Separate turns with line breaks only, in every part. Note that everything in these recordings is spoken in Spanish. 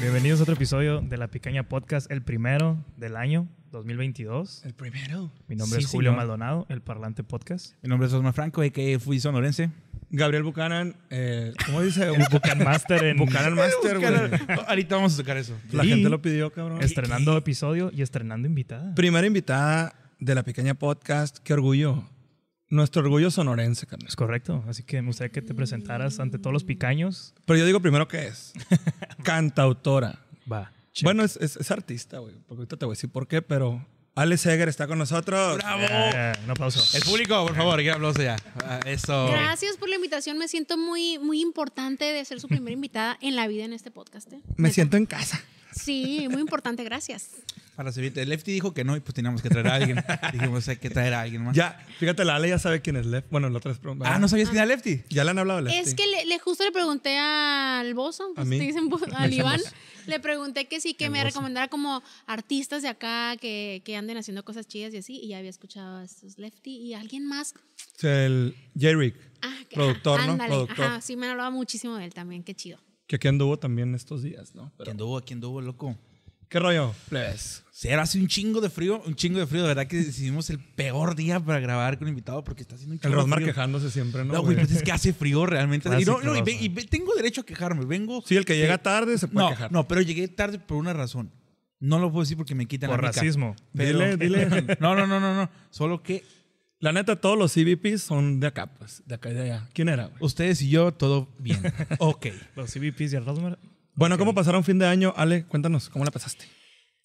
Bienvenidos a otro episodio de La Picaña Podcast, el primero del año 2022.
El primero.
Mi nombre
Sí,
es Julio
señor.
Maldonado, el Parlante Podcast.
Mi nombre es Osmar Franco, a.k.a. Fui Sonorense.
Gabriel Buchanan. eh, ¿Cómo dice?
El Bucanmaster en
Buchanan Master, güey.
Ahorita vamos a sacar eso.
La
Y-
gente lo pidió, cabrón.
estrenando episodio y estrenando invitada.
Primera invitada de la pequeña podcast. Qué orgullo. Nuestro orgullo sonorense, carnal.
Es correcto, así que me gustaría que te presentaras ante todos los picaños.
Pero yo digo primero que es. Cantautora.
Va.
Bueno, es, es- es artista, güey. Porque ahorita te voy a decir por qué, pero Alex Eger está con nosotros.
Ah, un aplauso.
El público, por favor, que aplauso ya. Ah, Eso.
Gracias por la invitación. Me siento muy, muy importante de ser su primera invitada en la vida en este podcast. ¿eh?
Me siento en casa.
Sí, muy importante. Gracias.
Para servirte. Lefty dijo que no y pues teníamos que traer a alguien. Dijimos, hay que traer a alguien más.
Ya, fíjate, la Ale ya sabe quién es Left. Bueno, la otra es prom-
Ah, ¿no sabías quién era Lefty?
Ya le han hablado a Lefty.
Es que le, le- justo le pregunté al Bozo, pues,
mí?
te dicen Bozo, al
dicen
Iván,
Bozo.
le pregunté que sí, que
El
me
Bozo.
recomendara como artistas de acá que, que anden haciendo cosas chidas y así, y ya había escuchado a estos Lefty y alguien más.
Es El Jerry,
Ah, que-
productor,
ajá,
¿no?
ándale,
Productor.
Ajá, sí, me han hablado muchísimo de él también, qué chido.
Que aquí anduvo también estos días, ¿no? Pero-
¿Quién anduvo? ¿Quién anduvo, loco?
¿Qué rollo? Plebes.
Será hace un chingo de frío, un chingo de frío. De verdad que decidimos el peor día para grabar con invitado porque está haciendo un
El
chingo de
Rosmar
frío.
quejándose siempre, ¿no?
No, güey,
güey?
pues es que hace frío realmente. Y,
Clásico
no, no, y, ve-
Rosmar.
y ve- tengo derecho a quejarme. Vengo.
Sí, el que llega tarde se puede
No,
quejar.
no, pero llegué tarde por una razón. No lo puedo decir porque me quitan
Por
la mica.
racismo.
Pero-
Dile, dile.
No, no, no, no, no. Solo que
La neta, todos los CBPs son de acá, pues. De acá y de allá. ¿Quién era, güey?
ustedes y yo todo bien. ok.
Los CBPs y el Rosmer.
Bueno, ¿cómo pasaron fin de año? Ale, cuéntanos, ¿cómo la pasaste?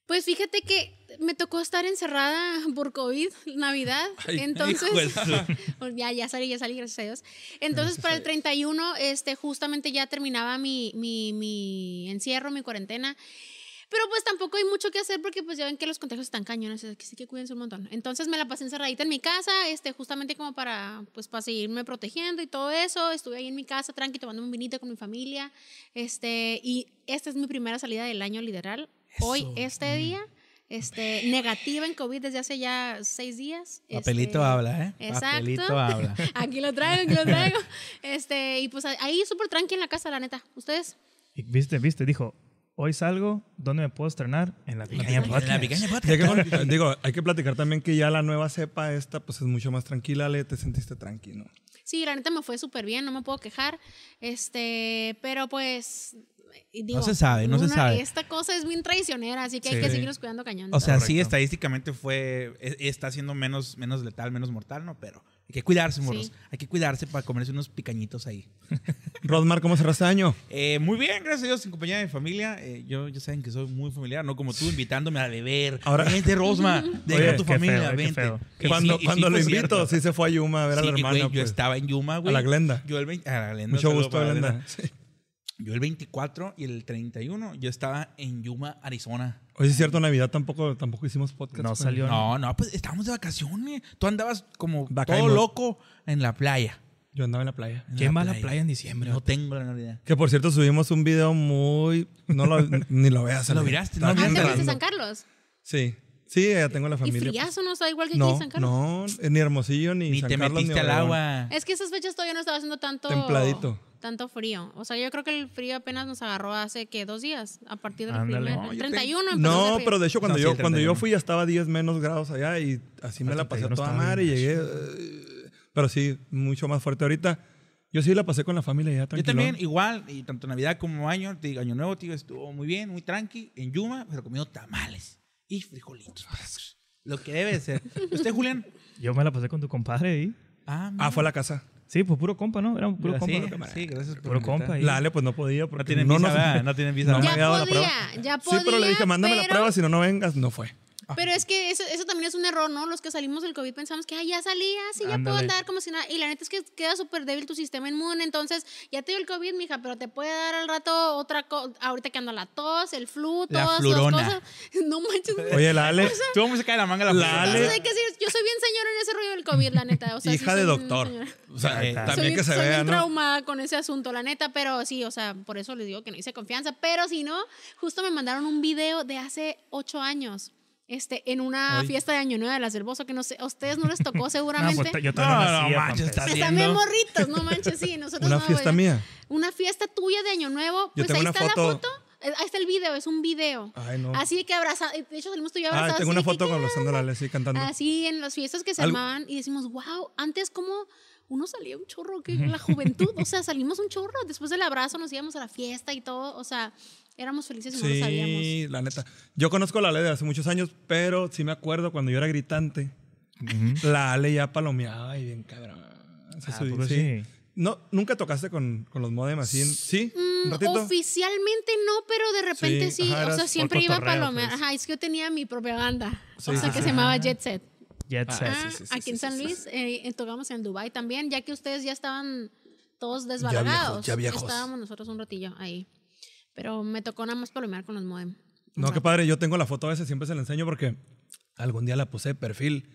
Pues fíjate que me tocó estar encerrada por COVID, Navidad. entonces, Oh, ya, ya salí, ya salí, gracias a Dios. Entonces, para el 31, este, justamente ya terminaba mi, mi, mi encierro, mi cuarentena. Pero pues tampoco hay mucho que hacer porque pues ya ven que los contagios están cañones, así que sí que cuídense un montón. Entonces me la pasé encerradita en mi casa, este, justamente como para, pues para seguirme protegiendo y todo eso. Estuve ahí en mi casa tranqui tomando un vinito con mi familia, este, y esta es mi primera salida del año literal. Hoy,
Eso. Mm.
este día, este, negativa en COVID desde hace ya seis días. este,
Papelito habla, ¿eh?
Exacto.
Papelito habla.
Aquí lo traigo, aquí lo traigo. Este, y pues ahí súper tranqui en la casa, la neta. ¿Ustedes?
Y viste, viste, dijo, hoy salgo, ¿dónde me puedo estrenar? En la picaña podcast.
Ya que- digo, hay que platicar también que ya la nueva cepa esta, pues es mucho más tranquila, Ale. Te sentiste tranquilo.
Sí, la neta me fue súper bien, no me puedo quejar. Este, pero pues. digo,
se sabe, no se sabe.
Esta cosa es bien traicionera, así que hay
Sí.
que seguirnos cuidando cañón.
O sea, sí,
Correcto.
estadísticamente fue. e- Está siendo menos, menos letal, menos mortal, ¿no? Pero hay que cuidarse, morros.
Sí.
Hay que cuidarse para comerse unos picañitos ahí.
Rosmar, ¿cómo cerraste año?
Eh, muy bien, gracias a Dios, en compañía de mi familia. Eh, yo, ya saben que soy muy familiar, no como tú invitándome a beber.
Ahora-
Ahora, vente, Rosma, deja
Oye,
a tu
qué
familia,
feo, eh, qué
vente.
feo.
Y sí,
cuando
y sí
cuando lo
fue
invito,
cierto.
sí se fue a Yuma a ver a
Sí,
la
y,
hermana.
güey, Yo
pues.
estaba en Yuma, güey.
la Glenda.
Yo el vein- a la Glenda,
Mucho
saludo
gusto,
para
Glenda. Sí.
Yo el 24 y el 31, yo estaba en Yuma, Arizona.
Oye, es cierto, Navidad tampoco, tampoco hicimos podcast.
No
pues.
salió.
No, no, pues estábamos de vacaciones. Tú andabas como
Vacaimos.
todo loco en la playa.
Yo andaba en la playa.
En
Qué
la
mala playa en diciembre,
No
vato.
tengo la Navidad.
Que por cierto subimos un video muy... No lo, ni lo veas.
¿Lo
Ale.
miraste?
Está
No,
¿Ah,
bien
te fuiste a
random.
San Carlos?
Sí. Sí, ya tengo la
Y
familia.
friazo, no está igual que
pues.
aquí en
No,
San Carlos.
no, eh, ni Hermosillo, ni,
Ni
San
te
Carlos, ni
metiste al
Obregón.
agua.
Es que esas fechas todavía no estaba haciendo tanto.
Templadito.
Tanto frío. O sea, yo creo que el frío apenas nos agarró hace, ¿qué? Dos días. A partir del
Ándale.
primer.
No,
el
yo te-
31 empezó a hacer
No,
frío.
pero de hecho cuando,
No, sí,
yo,
el
cuando yo
31.
fui ya estaba a 10 menos grados allá y así me
Ah,
la pasé a
31
toda
estaba
madre y
bien
llegué... eh, Pero sí, mucho más fuerte ahorita. Yo sí la pasé con la familia ya
Yo
tranquilo.
también, igual, y tanto Navidad como Año, te digo, Año Nuevo, tío, estuvo muy bien, muy tranqui, en Yuma, pero comiendo tamales y frijolitos. frescos. Lo que debe de ser. ¿Usted, Julián?
Yo me la pasé con tu compadre ahí.
Ah, mira.
Ah, fue a la casa.
Sí, pues puro compa, ¿no? Era un puro
Sí,
compa.
sí, gracias por
Puro
invitar.
compa ahí.
La Ale pues no podía porque
No tienen
no
visa,
nos-
¿verdad? No tienen visa.
No
¿verdad?
me había dado
Ya
la prueba.
podía, ya
Sí, pero le dije,
podía,
mándame la
pero-
prueba, si no, no vengas. No fue.
Pero es que eso, eso también es un error, ¿no? Los que salimos del COVID pensamos que, ay, ya salí, así ya puedo
Ándale.
andar como si nada. Y la neta es que queda súper débil tu sistema inmune. Entonces, ya te dio el COVID, mija, pero te puede dar al rato otra cosa. Ahorita que ando la tos, el flu,
La
todas las
flurona.
cosas. No manches.
Oye, la Ale,
Estuvo muy cerca de la manga la,
La
flor.
Ale-
Eso hay que decir, yo soy bien señora en ese rollo del COVID, la neta. O sea, sí
hija
soy
de
bien
doctor.
señora.
O sea, eh,
Ahí está.
también
soy,
que se
soy
vea,
bien
¿no?
traumada con ese asunto, la neta, pero sí, o sea, por eso les digo que no hice confianza. Pero si no, justo me mandaron un video de hace ocho años. Este, en una
Ay.
fiesta de Año Nuevo de las del Bozo, que no sé, a ustedes no les tocó
No, pues,
seguramente.
yo todavía no,
No, no
nacía,
manches,
pa' empezar.
estás
Pues
viendo.
también morritos, no manches, sí, nosotros
Una
no,
fiesta
güey.
mía.
Una fiesta tuya de Año Nuevo, pues
tengo
ahí
una
está
foto-
la foto. Eh, Ahí está el video, es un video.
Ay, no.
Así de que abrazado. De hecho, salimos tú y yo
Ah,
abrazados.
tengo
así
una
de que, "Ah,
foto
¿qué
con los Andalales así cantando.
Así en las fiestas que se
Algo-
armaban y decimos, wow, antes como uno salía un chorro, que la juventud, o sea, salimos un chorro, después del abrazo nos íbamos a la fiesta y todo, o sea, éramos felices y no lo sabíamos.
Sí, la neta. Yo conozco la Ale de hace muchos años, pero sí me acuerdo cuando yo era gritante, la Ale ya palomeaba y bien cabrón. Se
Ah,
subía,
poco
sí.
sí.
No, ¿Nunca tocaste con, con los modem así? en- ¿Sí?
Mm,
¿Un ratito?
Oficialmente no, pero de repente
Sí,
sí,
ajá,
o
eras
sea,
por
siempre iba a
cotorreo,
palomear.
pues.
Ajá, es que yo tenía mi propia banda,
Sí,
o sea,
sí,
que
sí.
se llamaba Jet Set.
Jet set.
Ah,
sí, sí,
aquí
sí,
en
sí,
San
sí,
Luis eh, tocamos en Dubai también, ya que ustedes ya estaban todos
viejos,
desbalagados.
ya viejos.
Estábamos nosotros un ratillo ahí. Pero me tocó nada más palomear con los modem.
No, qué padre. Yo tengo la foto a veces, siempre se la enseño porque algún día la puse de perfil.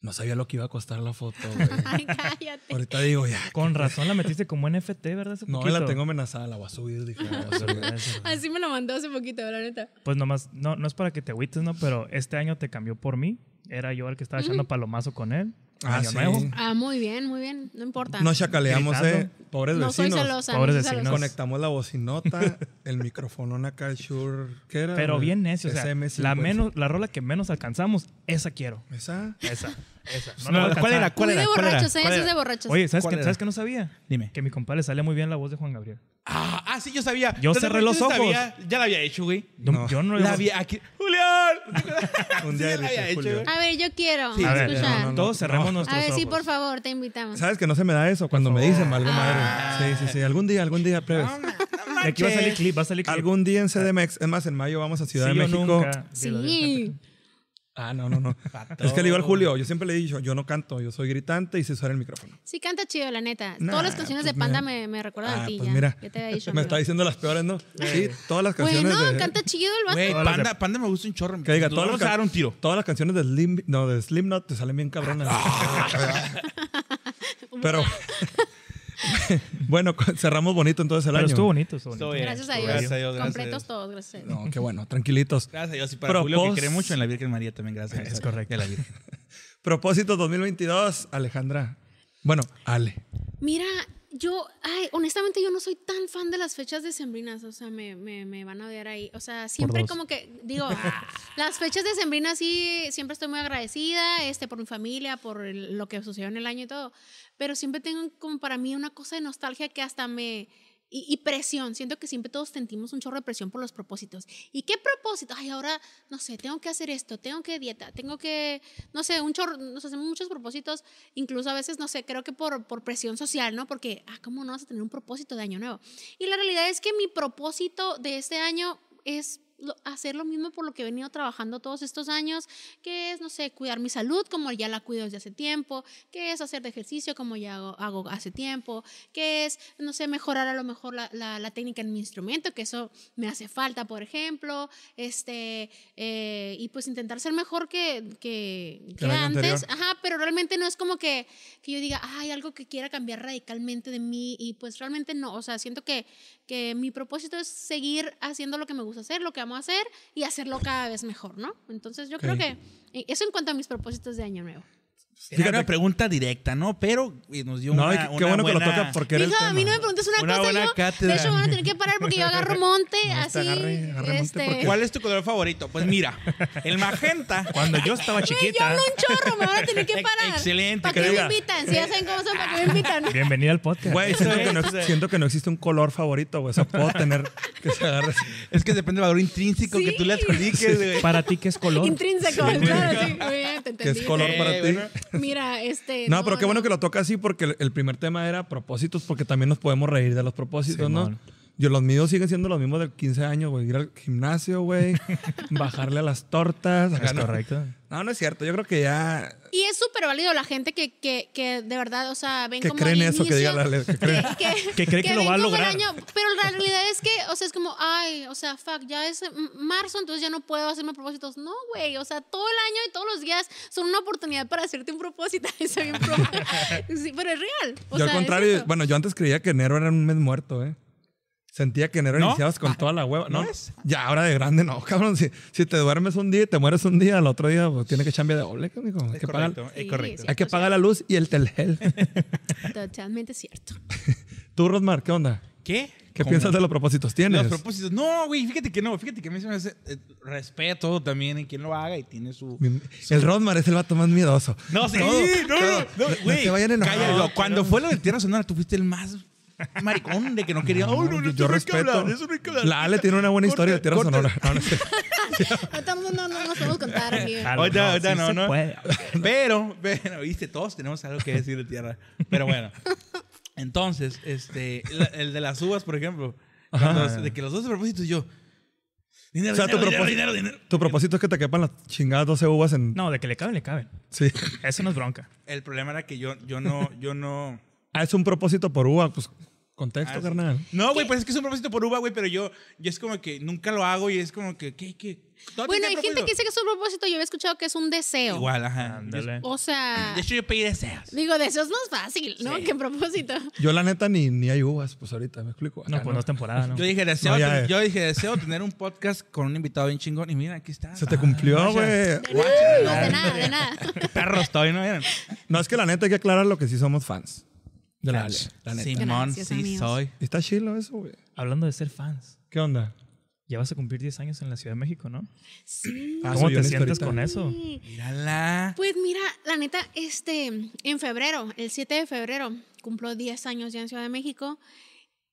No sabía lo que iba a costar la foto, güey.
Ay, cállate.
Ahorita digo, ya.
Con razón la metiste como NFT, ¿verdad? Hace
No,
poquito.
la tengo amenazada, la voy a subir. Dije, "Ah, la voy a subir.
Así me lo mandó hace poquito, la neta.
Pues nomás, no, no es para que te agüites, ¿no? Pero este año te cambió por mí. Era yo el que estaba echando palomazo con él.
Ah,
año
sí.
nuevo.
Ah, muy bien, muy bien. No importa.
Nos chacaleamos, eh.
Gritando.
Pobres
No soy
vecinos.
celosa. no
pobres
soy celosa.
vecinos.
Conectamos la bocinota, el microfonón acá, el Shure. ¿Qué era?
Pero
El
bien necio. O sea,
SM50.
la, menos, la rola que menos alcanzamos, esa quiero.
¿Esa?
Esa. Esa. No
No,
la voy a
¿Cuál era?
alcanzar.
Muy
¿Cuál era?
de
¿Cuál era?
borrachos, ¿eh?
¿Cuál
Eso es
era?
de borrachos.
Oye, ¿sabes
¿Cuál
que,
era?
¿sabes que no sabía?
Dime.
Que a mi compadre le sale muy bien la voz de Juan Gabriel.
Ah, ah, sí, yo sabía.
Yo
Entonces,
cerré los
entonces
ojos.
sabía- ya la había hecho, güey.
Yo
No.
no, yo no
La había aquí. ¡Julián!
Un
Sí,
día
ya la
grité,
había hecho,
Julio.
güey.
A ver, yo quiero.
Sí,
A ver,
escucha.
no, no, no.
todos cerramos nuestros
A ver,
ojos.
sí, por favor, te
¿eh?
invitamos.
¿Sabes que no se me da eso? Cuando me dicen, valgo
Ah.
madre. Sí, sí, sí. Algún día, algún día, plebes.
De aquí va a salir clip, va a salir clip.
Algún día en CDMX. Es más, en mayo vamos a Ciudad
Sí
de
o
México.
nunca. Dilo, dilo,
Sí.
Ah, no, no, no. es que le digo al Julio, yo siempre le he dicho, yo no canto, yo soy gritante y sé usar el micrófono.
Sí, canta chido, la neta.
Nah,
Todas las canciones
pues,
de Panda
mira.
me, me recuerdan a ti.
pues
ya.
mira,
Ya te había dicho.
me
amigo.
está diciendo las peores, ¿no? Sí, todas las canciones
Bueno,
de...
canta chido el vato.
Güey,
Todas las
panda, panda me gusta un chorro.
Que diga,
Nos
todas
vamos
las
a dar
can-
un tiro.
Todas las canciones de Slim, no, de Slipknot te salen bien cabronas. Pero bueno, cu- cerramos bonito entonces el
Pero
año.
estuvo bonito, estuvo bonito.
Estoy bien.
Gracias a Dios.
Gracias a Dios, gracias
Completos
a Dios.
todos, gracias a Dios.
No, qué bueno, tranquilitos.
Gracias a Dios y para
Propós-
Julio que cree mucho en la Virgen María también, gracias. a Dios.
Es correcto.
De la Virgen.
Propósito 2022, Alejandra. Bueno, Ale.
Mira, yo, ay, honestamente yo no soy tan fan de las fechas decembrinas, o sea, me, me, me van a odiar ahí. O sea, siempre
dos.
como que, digo, ah, las fechas decembrinas sí, siempre estoy muy agradecida, este, por mi familia, por el- lo que sucedió en el año y todo, pero siempre tengo como para mí una cosa de nostalgia que hasta me... Y, y presión, siento que siempre todos sentimos un chorro de presión por los propósitos. ¿Y qué propósito? Ay, ahora, no sé, tengo que hacer esto, tengo que dieta, tengo que, no sé, un chorro, nos hacemos muchos propósitos, incluso a veces, no sé, creo que por, por presión social, ¿no? Porque, ah, ¿cómo no vas a tener un propósito de año nuevo? Y la realidad es que mi propósito de este año es lo- hacer lo mismo por lo que he venido trabajando todos estos años, que es, no sé, cuidar mi salud como ya la cuido desde hace tiempo, que es hacer de ejercicio como ya hago, hago hace tiempo, que es, no sé, mejorar a lo mejor la, la- la técnica en mi instrumento, que eso me hace falta, por ejemplo, este, eh, y pues intentar ser mejor que, que, que
el año
antes,
anterior.
ajá, pero realmente no es como que, que yo diga, hay algo que quiera cambiar radicalmente de mí y pues realmente no, o sea, siento que, que mi propósito es seguir haciendo lo que me gusta hacer, lo que amo hacer y hacerlo cada vez mejor, ¿no? Entonces yo creo
Ok.
que eh, eso en cuanto a mis propósitos de año nuevo.
Era
Fíjate-
una pregunta directa, ¿no? Pero eh, nos dio
No,
una
ay, qué
una
bueno que lo
buena-
toca porque era el
Dijo,
tema.
a mí no me preguntes una,
Una
cosa,
buena
yo,
cátedra.
de hecho, van a tener que parar porque yo agarro monte,
No, este,
así,
agarre- agarre monte
este,
porque-
¿Cuál es tu color favorito? Pues mira, el magenta.
Cuando yo estaba
Güey, yo
chiquita.
hablo un chorro, me van a tener que
Ex-
parar.
excelente,
¿Para
que
qué me
diga.
invitan? Si ya saben cómo son, ¿para qué me invitan?
Bienvenida al podcast.
Güey, siento, que no,
Sí, sí.
siento que no existe un color favorito, güey. O sea, puedo tener que se agarre así.
Es que depende del valor intrínseco que tú le adjudiques, güey.
Para ti, ¿qué es color?
Intrínseco, claro, sí, muy bien, te
que
entendí.
es color
Eh,
para ti.
bueno.
Mira, este.
No, pero qué bueno que lo toca así porque el- el primer tema era propósitos, porque también nos podemos reír de los propósitos, ¿no?
Simón.
Yo, los míos siguen siendo los mismos del 15 años, güey. Ir al gimnasio, güey. bajarle a las tortas.
Es
no.
correcto.
No, no es cierto. Yo creo que ya.
Y es súper válido la gente que, que, que de verdad, o sea, ven
Que
como
creen
al
eso, que
inicio-
diga la ley, que creen.
Que cree que lo
ven
va a
como el
lograr.
año- pero la realidad es que, o sea, es como, ay, o sea, fuck, ya es mm, marzo, entonces ya no puedo hacerme propósitos. No, güey, o sea, todo el año y todos los días son una oportunidad para hacerte un propósito. Está bien pro- sí, pero es real. O
yo
sea,
al
es
contrario,
cierto.
bueno, yo antes creía que enero era un mes muerto, ¿eh? Sentía que enero
¿No?
iniciabas con toda la hueva. No,
¿No es?
ya ahora de grande, no, cabrón. Si, si te duermes un día y te mueres un día, al otro día pues, tiene que cambiar de doble, amigo. Hay
Es
que pagar,
correcto, es
Sí,
eh, correcto.
sí.
hay que pagar la luz y el telgel.
Totalmente cierto.
Tú, Rosmar, ¿qué onda?
¿Qué?
¿Qué piensas de los propósitos? ¿Tienes?
Los propósitos. No, güey, fíjate que no. Fíjate que a mí se me hace eh, respeto también en quien lo haga y tiene su.
El Rodmar es el vato más miedoso.
No, sí, no, no, no,
No
güey.
te vayan a enojar.
cállalo. Cuando fue lo del Tierra Sonora, tú fuiste el más maricón de que no quería. "Ay, no,
yo- yo
no, eso no hay que
respeto.
hablar, eso no hay que hablar".
La Ale tiene una buena historia de Tierra
Corta,
Sonora. No, no sé.
Ahorita no, no, no nos podemos contar aquí.
Jalo,
Ahorita- ahorita
sí
no,
se
¿no?
puede.
Pero, pero, viste, todos tenemos algo que decir de tierra. Pero bueno. Entonces, este, la- el de las uvas, por ejemplo. cuando- de que los dos propósitos yo. Dinero,
O sea, tu
dinero, dinero,
propós-
dinero, dinero.
Tu propósito es que te quepan las chingadas 12 uvas en.
No, de que le caben, le caben.
Sí.
Eso no es bronca.
El problema era que yo, yo no, yo no.
Ah, es un propósito por uva. Pues contexto,
Ah, sí.
carnal.
No, güey, pues es que es un propósito por uva, güey, pero yo, yo es como que nunca lo hago y es como que, ¿qué, qué? Todo
Bueno,
tiene
hay gente
propósito.
que dice que es un propósito. Yo había escuchado que es un deseo.
Igual, ajá.
Ándale.
O sea,
De hecho, yo pedí deseos.
digo, deseo es más fácil, ¿no?
Sí.
Que propósito.
Yo, la neta, ni, ni hay uvas. Pues ahorita, ¿me explico? Acá
No, pues no es temporada, ¿no?
Yo dije, deseo,
No, ya, eh.
yo dije, deseo tener un podcast con un invitado bien chingón. Y mira, aquí está.
Se te cumplió, güey.
No, de nada, de nada.
Perro estoy, ¿no? Miren.
No, es que la neta hay que aclarar lo que sí somos fans. De la Ale.
Fans.
La neta.
Simón,
Gracias,
sí
amigos.
soy.
Y Está chilo eso, güey.
Hablando de ser fans,
¿Qué onda?
ya vas a cumplir 10 años en la Ciudad de México, ¿no?
Sí.
Ah,
¿Cómo
soy
te
honesto
sientes
ahorita.
con eso?
Mírala.
Pues mira, la neta, este, en febrero, el 7 de febrero, cumplo 10 años ya en Ciudad de México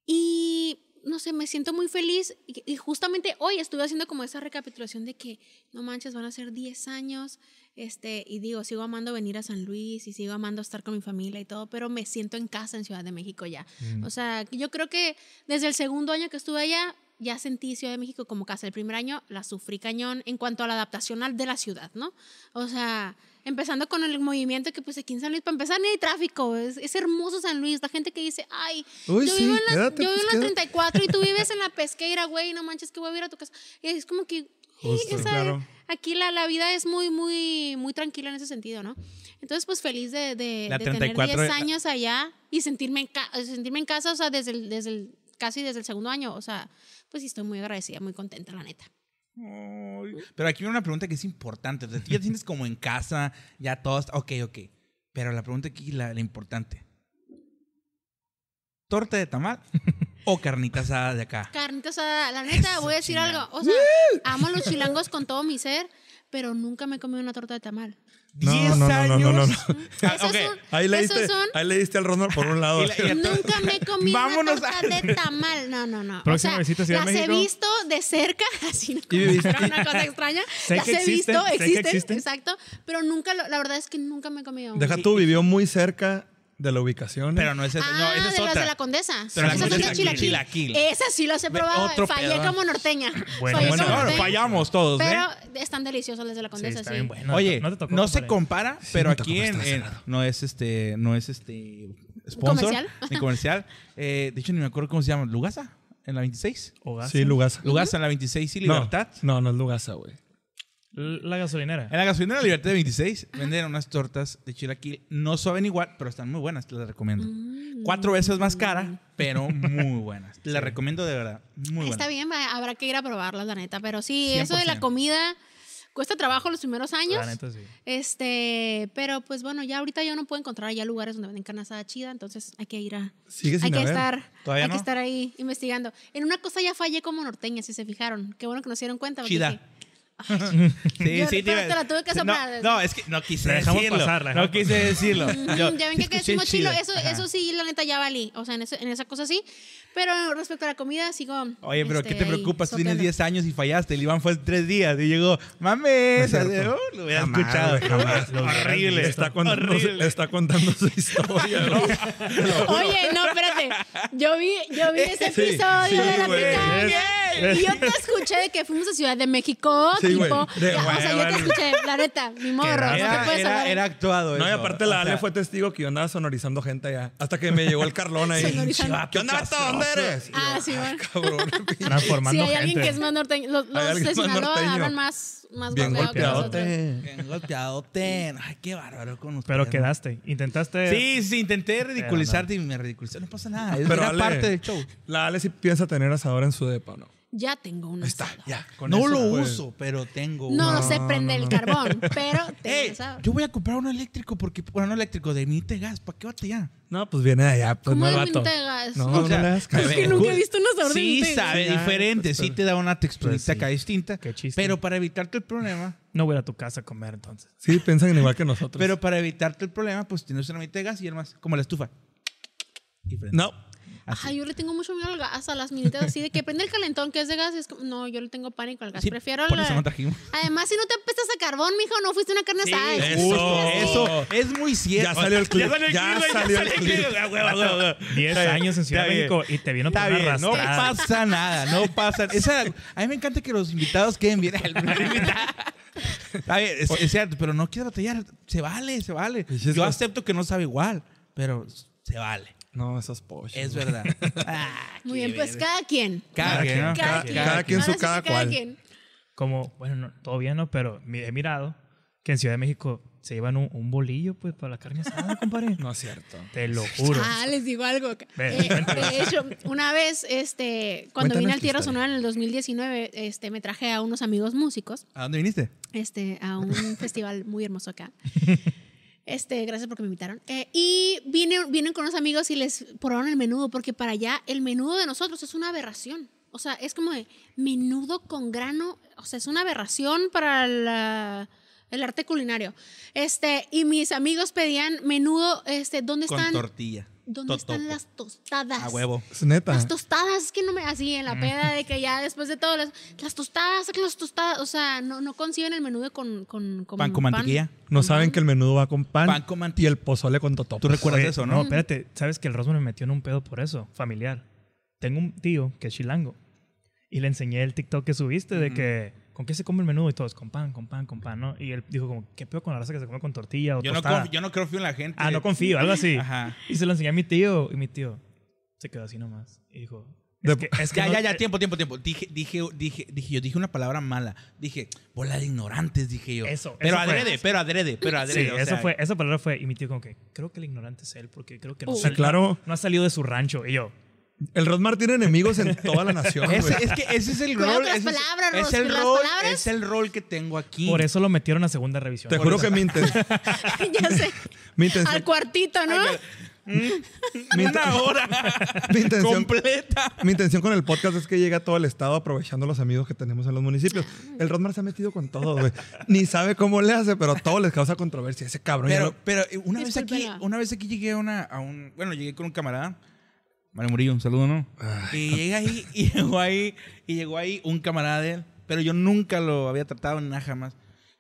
y no sé, me siento muy feliz y, y justamente hoy estuve haciendo como esa recapitulación de que, no manches, van a ser 10 años, este, y digo, sigo amando venir a San Luis y sigo amando estar con mi familia y todo, pero me siento en casa en Ciudad de México ya. O sea, yo creo que desde el segundo año que estuve allá, ya sentí Ciudad de México como casa. El primer año la sufrí cañón en cuanto a la adaptación al- de la ciudad, ¿no? O sea, empezando con el movimiento que pues aquí en San Luis, para empezar, ni hay tráfico. Es, es hermoso San Luis. La gente que dice, ay,
Uy,
yo
sí,
vivo en la,
quédate,
yo vivo
pues,
en la
quédate.
34 y tú vives en la pesqueira, güey, no manches que voy a ir a tu casa. Y es como que...
Justo,
o sea,
claro.
Aquí la, la vida es muy, muy, muy tranquila en ese sentido, ¿no? Entonces, pues feliz de, de-
La
de tener
34
10
la-
años allá y sentirme en, ca- sentirme en casa, o sea, desde el, desde el- casi desde el segundo año, o sea, pues sí estoy muy agradecida, muy contenta, la neta.
Ay. Pero aquí viene una pregunta que es importante. O sea, tú ya te sientes como en casa, ya todo está. Ok, ok. Pero la pregunta aquí, la, la importante: ¿torta de tamal o carnita asada de acá?
Carnita asada, la neta, voy a decir
chingada.
algo, o sea, amo los chilangos con todo mi ser, pero nunca me he comido una torta de tamal.
No,
¿Diez
no, no, no, no, no, no.
Ah,
Esos
ok.
son-
Ahí le,
esos
diste,
son-
ahí le diste al Ronald por un lado.
Y la- y la-
Nunca me he comido
Vámonos
una torta
a-
de tamal. No, no, no.
Próxima
o sea,
visita a Ciudad
las
de
he
México.
visto de cerca, así no
Y
como
viviste-
si fuera una cosa extraña.
Sé
las
que
he
existen,
visto,
sé que
existen,
existen.
exacto, pero nunca lo- la verdad es que nunca me he comido. una.
Deja tú, vivió muy cerca de la ubicación.
Pero no es esa.
Ah,
no, esa es
de las
otra.
de la condesa.
Pero
Esas
la
son
condesa
de chilaquil.
chilaquil.
Esas sí las he probado.
otro
fallé
pedo.
como norteña.
Bueno,
fallé
bueno, bueno,
como norteña.
fallamos todos,
Pero
¿eh?
están deliciosas las de la
Sí,
condesa, sí.
está bien bueno.
Oye,
no,
no,
te tocó, compadre.
se compara, pero
me tocó,
aquí en,
estaba
en-
cerrado.
no es este, no es este sponsor
¿Comercial?
ni comercial. Eh, de hecho ni me acuerdo cómo se llama, Lugasa en la 26.
Hogaza.
Sí, Lugasa.
Lugasa en la 26 y
No,
Libertad.
No, no es Lugasa, güey.
La gasolinera.
En la gasolina de la Libertad de 26 venden unas tortas de chilaquil, no saben igual, pero están muy buenas, te las recomiendo.
Mm.
Cuatro veces más cara, pero muy buenas. Te las recomiendo de verdad, muy buenas.
Está bien, va- habrá que ir a probarlas, la neta. Pero sí, eso de
100%.
la comida cuesta trabajo los primeros años.
La neta, sí.
Este, pero pues bueno, ya ahorita yo no puedo encontrar ya lugares donde venden carne asada chida, entonces hay que ir a.
Sigue sin
hay que
haber.
estar,
¿Todavía
hay
no?
que estar ahí investigando. En una cosa ya fallé como norteña, si se fijaron. Qué bueno que nos dieron cuenta. porque
Chida.
dije,
Sí,
Yo-
sí,
pero
iba-
te la tuve que
sí,
soplar.
No, no, es que no quise
La dejamos
decirlo.
pasar, la
no
dejamos
quise decirlo. Yo-
"Mm, ya ven que
escuché
acá decimos chilo, eso,
Ajá.
eso sí, la neta ya valí. O sea, en, eso- en esa cosa sí. Pero respecto a la comida, sigo.
Oye, pero
este,
¿qué te
ahí
preocupas? Tú tienes
sorteando.
10 años y fallaste. El Iván fue en 3 días y llegó, mames, oh, lo hubiera
Jamás,
escuchado.
güey, jamás.
Lo hubieras
horrible.
visto.
Está contando,
horrible.
está contando su historia, güey.
Oye, no, espérate. Yo vi, yo vi ese
Sí,
episodio
sí,
de la
güey.
picaña. Y yo te escuché de que fuimos a Ciudad de México,
Sí,
tipo.
güey. De-
Ya, o sea, yo
bueno.
te escuché, la neta, mi morro. No te
Ah, Era,
puedes
era,
hablar.
era actuado.
No, y
eso.
aparte la
O
Ale
sea,
fue testigo que yo andaba sonorizando gente allá. Hasta que me llegó el Carlón ahí.
Sonorizando.
¿Qué onda, vato? ¿Dónde eres? Y yo,
Ah, sí, bueno.
Cabrón.
Si
Transformando
hay alguien
gente.
que es más norteño, los, los
alguien
de
más
Sinaloa
norteño.
hablan más, más
Bien
golpeado que nosotros.
golpeadote.
bien golpeadote. Ay, qué bárbaro con ustedes.
Pero quedaste. Intentaste.
Sí, sí, intenté ridiculizarte y me ridiculizé. No pasa nada. Es
Pero
era
Ale,
parte del show.
La Ale sí piensa tener asador en su depa, ¿no?
ya tengo una
Ahí está,
soda.
ya. con
No
eso,
lo
pues.
uso, pero tengo
No,
uno.
lo sé prender el carbón, pero tengo
Ey,
una soda.
yo voy a comprar uno eléctrico porque, bueno, no eléctrico, de mil gas, ¿para qué bate ya?
No, pues viene de allá, pues
¿Cómo
no
de
el vato.
mente de gas?
No,
O
no
sea,
le hagas caso.
es que nunca he visto una soda de
Sí,
mente.
sabe,
Ya,
diferente,
pues,
sí
pero-
te da una texturita
Pues sí.
acá distinta.
Qué chiste.
Pero para evitarte el problema,
Pues
No voy a ir a tu casa a comer entonces.
Sí, piensan igual que nosotros.
pero para evitarte el problema, pues tienes una mitad de gas y el más, como la estufa. Y prende.
No.
Así.
Ay, yo le tengo mucho miedo al gas, a las minitas así de que prende el calentón que es de gas. Es como, no, yo le tengo pánico al gas.
Sí,
Prefiero
por
la-
eso no trajimos.
Además, si no te apestas a carbón, mijo, no fuiste una carne asada.
Sí,
eso.
justo, eso es muy cierto.
Ya salió el clip, ya salió el clip.
Diez años en Ciudad de México y te vieron
Está
con una
bien, no
arrastrada.
pasa nada, no pasa. Esa, a mí me encanta que los invitados queden bien. El primer invitado. Está bien, es, es cierto, pero no quieres batallar. Se vale, se vale.
Pues es
Yo
la-
acepto que no sabe igual, pero se vale.
No, esos pochos.
Es verdad. Ah,
Muy bien,
qué
pues
verga.
cada quien.
cada, quien, ¿no?
cada quien. Cada quien su
Ahora sí que
cada cual.
quien.
Como, bueno, no, todavía no, pero mi- he mirado que en Ciudad de México se llevan un, un bolillo pues para la carne asada, compadre.
No es cierto.
Te lo juro.
Ah, les digo algo. Eh,
Ven,
de hecho, una vez, este, cuando
Cuéntanos
vine
tu
al Tierra
historia.
Sonora en el 2019, este, me traje a unos amigos músicos
¿A dónde viniste?
este, a un festival muy hermoso acá. Este, gracias porque me invitaron. Eh, y vine, vienen con unos amigos y les probaron el menudo, porque para allá el menudo de nosotros es una aberración. O sea, es como de menudo con grano. O sea, es una aberración para la- el arte culinario. Este, y mis amigos pedían menudo, este, ¿dónde
Con
están?
tortilla.
¿Dónde están
Totopo.
las tostadas?
A huevo.
Es neta.
Las tostadas, es que no me. Así, en la peda de que ya después de todo. Las, las tostadas, saquen las tostadas. O sea, no, no conciben el menudo con. con, con
Pan con mantequilla.
No saben que el menudo va con pan,
Pan con mantequilla.
y el pozole con totopos.
¿Tú recuerdas
Oye,
eso,
No,
no?
espérate. ¿Sabes que el Rosman me metió en un pedo por eso? Familiar. Tengo un tío que es chilango. Y le enseñé el TikTok que subiste de que... ¿Con qué se come el menudo? Y todos, con pan, con pan, con pan, ¿no? Y él dijo como, ¿qué pedo con la raza que se come con tortilla o
Yo no,
tostada?
conf- yo no creo en la gente.
Ah, no confío, algo así.
Ajá.
Y se lo enseñé a mi tío. Y mi tío se quedó así nomás. Y dijo...
De-
Es que, es que
ya,
no-
ya, ya,
eh,
tiempo, tiempo, tiempo. Dije, dije, dije, dije, yo dije una palabra mala. Dije, bola de ignorantes, dije yo.
Eso,
Pero
eso fue.
adrede, pero adrede, pero
Sí,
adrede. o
eso
sea,
fue, esa palabra fue. Y mi tío, como que creo que el ignorante es él, porque creo que no,
Uh.
sal-
Sí, claro.
no ha salido de su rancho. Y yo,
El Rosmar tiene enemigos en toda la nación. güey.
Ese, es que ese es el
Cuidado
rol.
con las
ese es-
palabras,
es,
Ros,
el
con las
rol
palabras.
es el rol que tengo aquí.
por eso lo metieron a segunda revisión.
Te juro que mi, inten-
ya sé.
mi intención,
Al cuartito, ¿no?
mm, Una hora
mi intención-
completa.
mi intención con el podcast es que llegue a todo el estado aprovechando los amigos que tenemos en los municipios. El Rosmar se ha metido con todo, güey. Ni sabe cómo le hace, pero todo les causa controversia. Ese cabrón. ya
Pero,
no-
pero eh, una vez aquí,
Discúlpela.
una vez aquí llegué a, una, a un, bueno, llegué con un camarada, Mario Murillo, un saludo, ¿no? Y llega ahí, y llegó ahí, y llegó ahí un camarada de él, pero yo nunca lo había tratado ni nada jamás.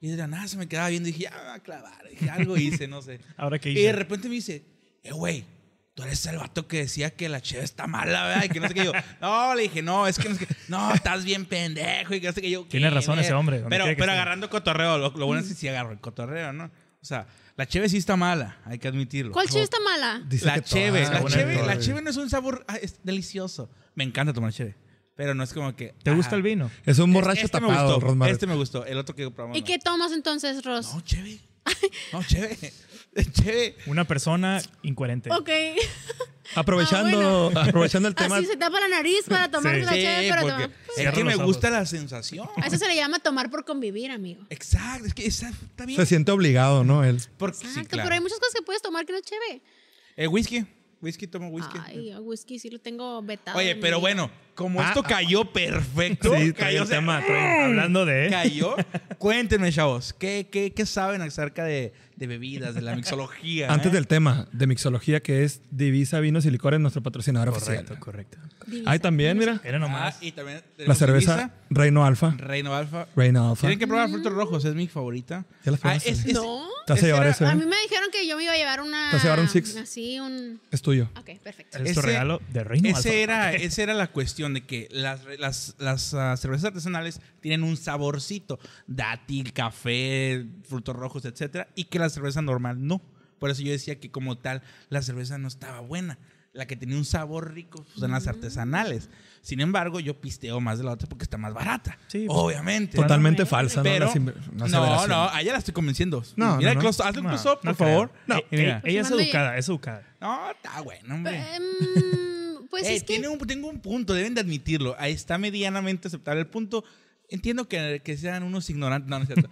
Y de la nada se me quedaba viendo y dije, ah, me va a clavar, dije, algo hice, no sé.
Ahora que
Y de
hice.
repente me dice, eh, güey, tú eres el vato que decía que la cheve está mala, ¿verdad? Y que no sé qué yo. No, le dije, no, es que no sé qué. No, estás bien pendejo y que no sé qué yo.
Tiene
"¿Qué,
razón ese
ver?".
hombre, donde
Pero,
quiera que
pero
esté.
agarrando cotorreo, lo, lo bueno es que sí agarro el cotorreo, ¿no? O sea, la cheve sí está mala, hay que admitirlo.
¿Cuál chiva está mala?
Dice
la
que
cheve,
todas,
la
buena
cheve,
todas.
la cheve no es un sabor, ah, es delicioso. Me encanta tomar cheve, pero no es como que...
¿Te gusta
ah,
el vino?
Es un borracho
este
tapado,
me
el
gustó,
Rosmar.
Este me gustó, el otro que probamos.
¿Y
no.
qué tomas entonces, Ross?
No, cheve. No, cheve. Cheve.
Una persona incoherente.
Ok.
Ah,
Aprovechando, aprovechando el tema.
Así se tapa la nariz para tomar
Sí.
la cheve, pero pues.
porque
toma-
es
Cierra
que me
los ojos.
gusta la sensación.
A eso se le llama tomar por convivir, amigo.
Exacto, es que esa- está bien.
Se siente obligado, ¿no? Él.
Porque, sí,
Exacto,
claro.
pero hay muchas cosas que puedes tomar que no es cheve.
Eh, whisky, whisky, tomo whisky.
Ay, el whisky sí lo tengo vetado.
Oye,
en
pero
mi-
bueno, como
Ah,
esto
ah.
cayó perfecto,
Sí, trae
cayó,
el
o sea,
tema, trae-
Hablando
¿Eh?
de...
cayó. Cuéntenme, chavos, ¿qué, qué, qué saben acerca de, de bebidas, de la mixología?
Antes
eh?
del tema de mixología, que es Divisa Vinos y Licores, nuestro patrocinador
Correcto,
oficial.
correcto.
Divisa.
Ahí también, mira.
Era
Ah,
nomás.
y también
La
tenemos
cerveza
Ibiza,
Reino Alfa.
Reino Alfa.
Reino Alfa.
Tienen que probar frutos rojos, es mi favorita. Ah,
Ya las probaste.
es- es-
No.
Te vas a
ese
llevar
era-
eso,
A
¿eh?
mí me dijeron que yo me iba a llevar una.
Te vas a llevar un six.
Así, un.
Es tuyo.
Ok, perfecto.
Es
ese-
tu regalo de Reino Alfa.
Ese era, esa era la cuestión de que las, re- las, las, ah, cervezas artesanales tienen un saborcito, dátil, café, frutos rojos, etcétera, y que la cerveza normal no. Por eso yo decía que como tal la cerveza no estaba buena. La que tenía un sabor rico pues, son las artesanales. Sin embargo, yo pisteo más de la otra porque está más barata.
Sí, pues,
obviamente.
Totalmente
Bueno,
falsa, ¿no?
Pero,
La asim- la
no,
aseveración.
no, allá la estoy convenciendo.
No,
Mira,
no, no.
close- haz un
No,
close up, por
no creo.
favor.
No,
Eh, mira.
ella, ella es
Mando y-
educada, es educada.
Eh,
No, está bueno, hombre.
Em, pues
Ey,
es que
Eh, tiene un- tengo un punto, deben de admitirlo. Ahí está medianamente aceptable el punto. Entiendo que, que sean unos ignorantes. No, no es cierto.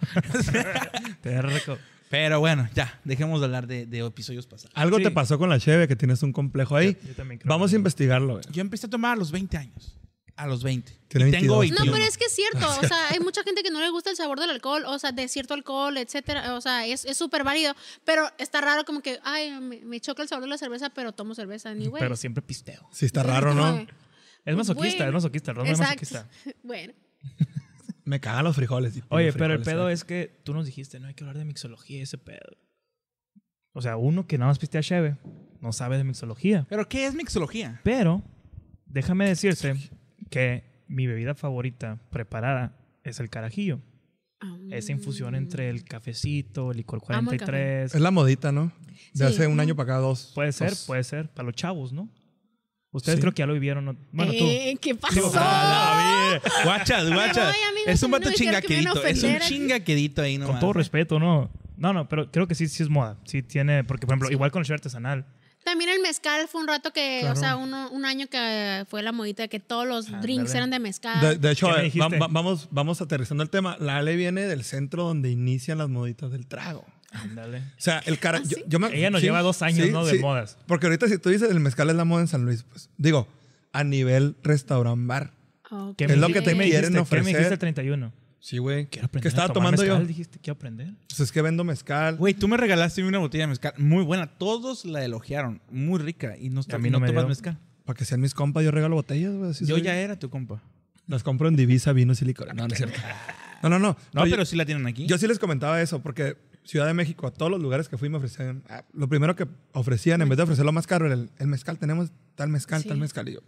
Te reco-
Pero bueno, ya, dejemos de hablar de, de episodios pasados.
Algo
Sí.
te pasó con la cheve que tienes un complejo ahí.
Yo- yo también creo
Vamos
que-
a investigarlo. güey.
Yo empecé a tomar a los 20 años. A los 20.
Tiene
Y tengo
22.
No,
21.
pero es que es cierto. O sea, hay mucha gente que no le gusta el sabor del alcohol, o sea, de cierto alcohol, etcétera. O sea, es es súper válido. Pero está raro como que, ay, me, me choca el sabor de la cerveza, pero tomo cerveza, ni güey.
Pero siempre pisteo.
Sí, está raro, ¿no?
Pues
Es masoquista,
Bueno,
es masoquista, el Rodman es masoquista.
Bueno,
Me cagan los frijoles. y
Oye,
los
pero el
frijoles, ¿eh?
pedo
¿sabes?
es que tú nos dijiste, no hay que hablar de mixología y ese pedo. O sea, uno que nada más pistea cheve no sabe de mixología.
¿Pero qué es mixología?
Pero déjame decirte que mi bebida favorita preparada es el carajillo. Esa
Mm,
infusión entre el cafecito, el licor
Amo el
43.
Es la modita, ¿no? De
Sí.
hace un año para acá, dos.
Puede ser,
dos.
puede ser. Para los chavos, ¿no? Ustedes
Sí.
creo que ya lo vivieron. ¿no? Bueno,
Eh, ¿Qué
Digo,
pasó?
¡Ah, la vida! Guachas,
Me
guachas.
voy, amigos,
Es un
no
vato
me dijeron que me iban
chingaquedito.
a
Es un
ofender aquí.
chingaquedito ahí
tú,
nomás.
con todo respeto, ¿no? No, no, pero creo que sí, sí es moda. Sí tiene, porque por ejemplo, igual con el cheve artesanal.
También el mezcal fue un rato que,
Claro.
o sea, uno, un año que fue la modita de que todos los
Ándale.
drinks eran de mezcal.
De, de hecho,
¿Qué me
eh, va-
dijiste?
va- vamos, vamos aterrizando el tema. La Ale viene del centro donde inician las moditas del trago.
Ándale.
O sea, el cara. yo- yo me-
Ella nos lleva dos años, ¿no? De modas.
Porque ahorita, si tú dices, el mezcal es la moda en San Luis, pues digo, a nivel restaurant bar.
Ok. Eh,
¿Qué
Es lo que
dijiste?
te
¿Qué me
quieren
dijiste? ¿Qué me dijiste
ofrecer?
el 31?
Sí, güey.
Quiero aprender.
Que estaba
a tomar
tomando
mezcal,
yo.
dijiste, quiero aprender.
Pues es que vendo mezcal.
Güey, tú me regalaste una botella de mezcal muy buena. Todos la elogiaron. Muy rica. Y no,
Y a mí no
no
me
tomas
dio.
mezcal.
Para que sean mis compas, yo regalo botellas, güey. así
Yo
soy.
ya era tu compa.
Las compro en divisa, vinos y
Ah,
licores. No, no es cierto. No, no, no.
No,
Oye,
pero sí la tienen aquí.
Yo sí les comentaba eso, porque Ciudad de México, a todos los lugares que fui me ofrecían, ah, lo primero que ofrecían, en vez de ofrecerlo más caro, era el, el mezcal, tenemos tal mezcal, tal
Sí.
mezcal, y yo.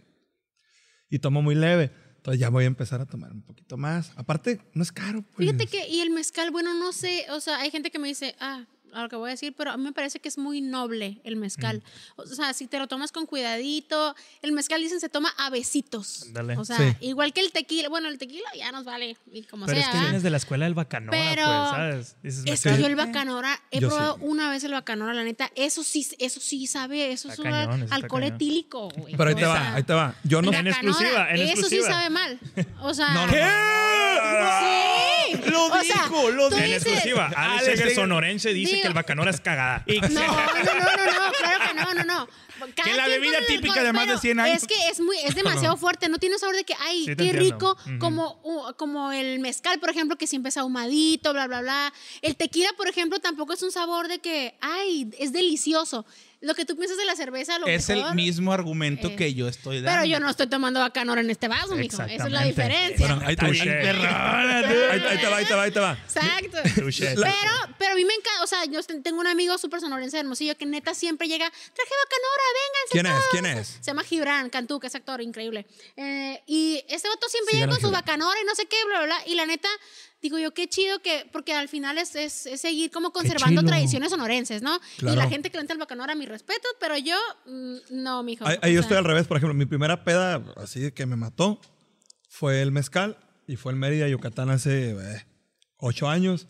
Y tomo muy leve, entonces ya voy a empezar a tomar un poquito más. Aparte, no es caro. pues.
Fíjate que, y el mezcal, bueno, no sé, o sea, hay gente que me dice, ah, a lo que voy a decir, pero a mí me parece que es muy noble el mezcal. O sea, si te lo tomas con cuidadito, el mezcal dicen se toma a besitos.
Ándale.
O sea,
Sí.
igual que el tequila, bueno, el tequila ya nos vale, y como
Pero
sea.
es que
¿ah?
vienes de la escuela del bacanora,
Pero-
pues, ¿sabes? Dices,
Es
"Me
que yo el
cae".
bacanora, he
Yo
probado
sí.
una vez el bacanora, la neta, eso sí, eso sí sabe, eso
Está
es un
cañón, está
alcohol
cañón.
etílico, güey.
Pero ahí
O
te va,
sea,
ahí te va. Yo no...
el
En
bacanora,
exclusiva, en
eso
exclusiva.
sí sabe mal. O sea,
No, no, no.
Sí.
Lo
O sea,
dijo, lo
tú
dijo.
En
dices-
exclusiva, Alex
Alex
Eger
Eger-
Sonorense dice
Digo-
que el bacanora es cagada. Y
No, no, no, no, no, claro que no, no, no. Cada
Que la
quien
bebida
con el
típica
alcohol,
de más de
pero
100 años.
Es que es muy, es demasiado fuerte, no tiene sabor de que, ay,
Sí, te
qué
entiendo.
rico,
Ujú.
como, uh, como el mezcal, por ejemplo, que siempre es ahumadito, bla, bla, bla. El tequila, por ejemplo, tampoco es un sabor de que, ay, es delicioso. Lo que tú piensas de la cerveza, a lo
es
mejor.
el mismo argumento
eh,
que yo estoy dando.
Pero yo no estoy tomando bacanora en este vaso, mijo. Esa es la
Exactamente.
diferencia.
Bueno, ahí, te-
Touché.
ahí- ahí- ahí te va, ahí te va, ahí te va.
Exacto.
Touché.
Pero, pero a mí me encanta, o sea, yo tengo un amigo súper sonorense de Hermosillo que neta siempre llega, traje bacanora, vénganse
¿Quién es?
todos".
¿Quién es?
Se llama Gibran Cantú, que es actor increíble. Eh, y ese vato siempre
Sí,
llega
gana
con su
Gibran.
bacanora y no sé qué, bla, bla, bla. Y la neta, digo yo, qué chido que, porque al final es, es- es seguir como conservando
chilo.
tradiciones sonorenses, ¿no? Y la
Claro.
gente que le entra al bacanora, mi respeto, pero yo, mm, no, mijo.
Ahí,
O
ahí yo
sea,
estoy al revés, por ejemplo, mi primera peda así que me mató fue el mezcal y fue el Mérida, Yucatán hace eh, ocho años.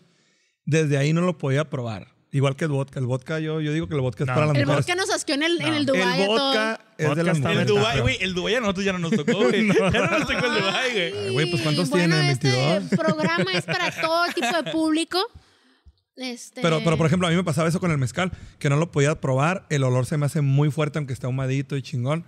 Desde ahí no lo podía probar. Igual que el vodka. El vodka, yo, yo digo que el vodka
No.
es para las
El
mujeres.
vodka nos asqueó en el, en el
El
Dubái a
vodka
todos.
es
Vodka
de las
está
El
mujeres.
Dubai, güey, el Dubai a nosotros ya no nos tocó, güey. Ya no nos tocó el Dubai, güey.
Ay, güey, pues, ¿cuántos
Y bueno,
tiene?
Este
22.
programa es para todo tipo de público. Este,
Pero, pero, por ejemplo, a mí me pasaba eso con el mezcal, que no lo podía probar. El olor se me hace muy fuerte, aunque esté ahumadito y chingón.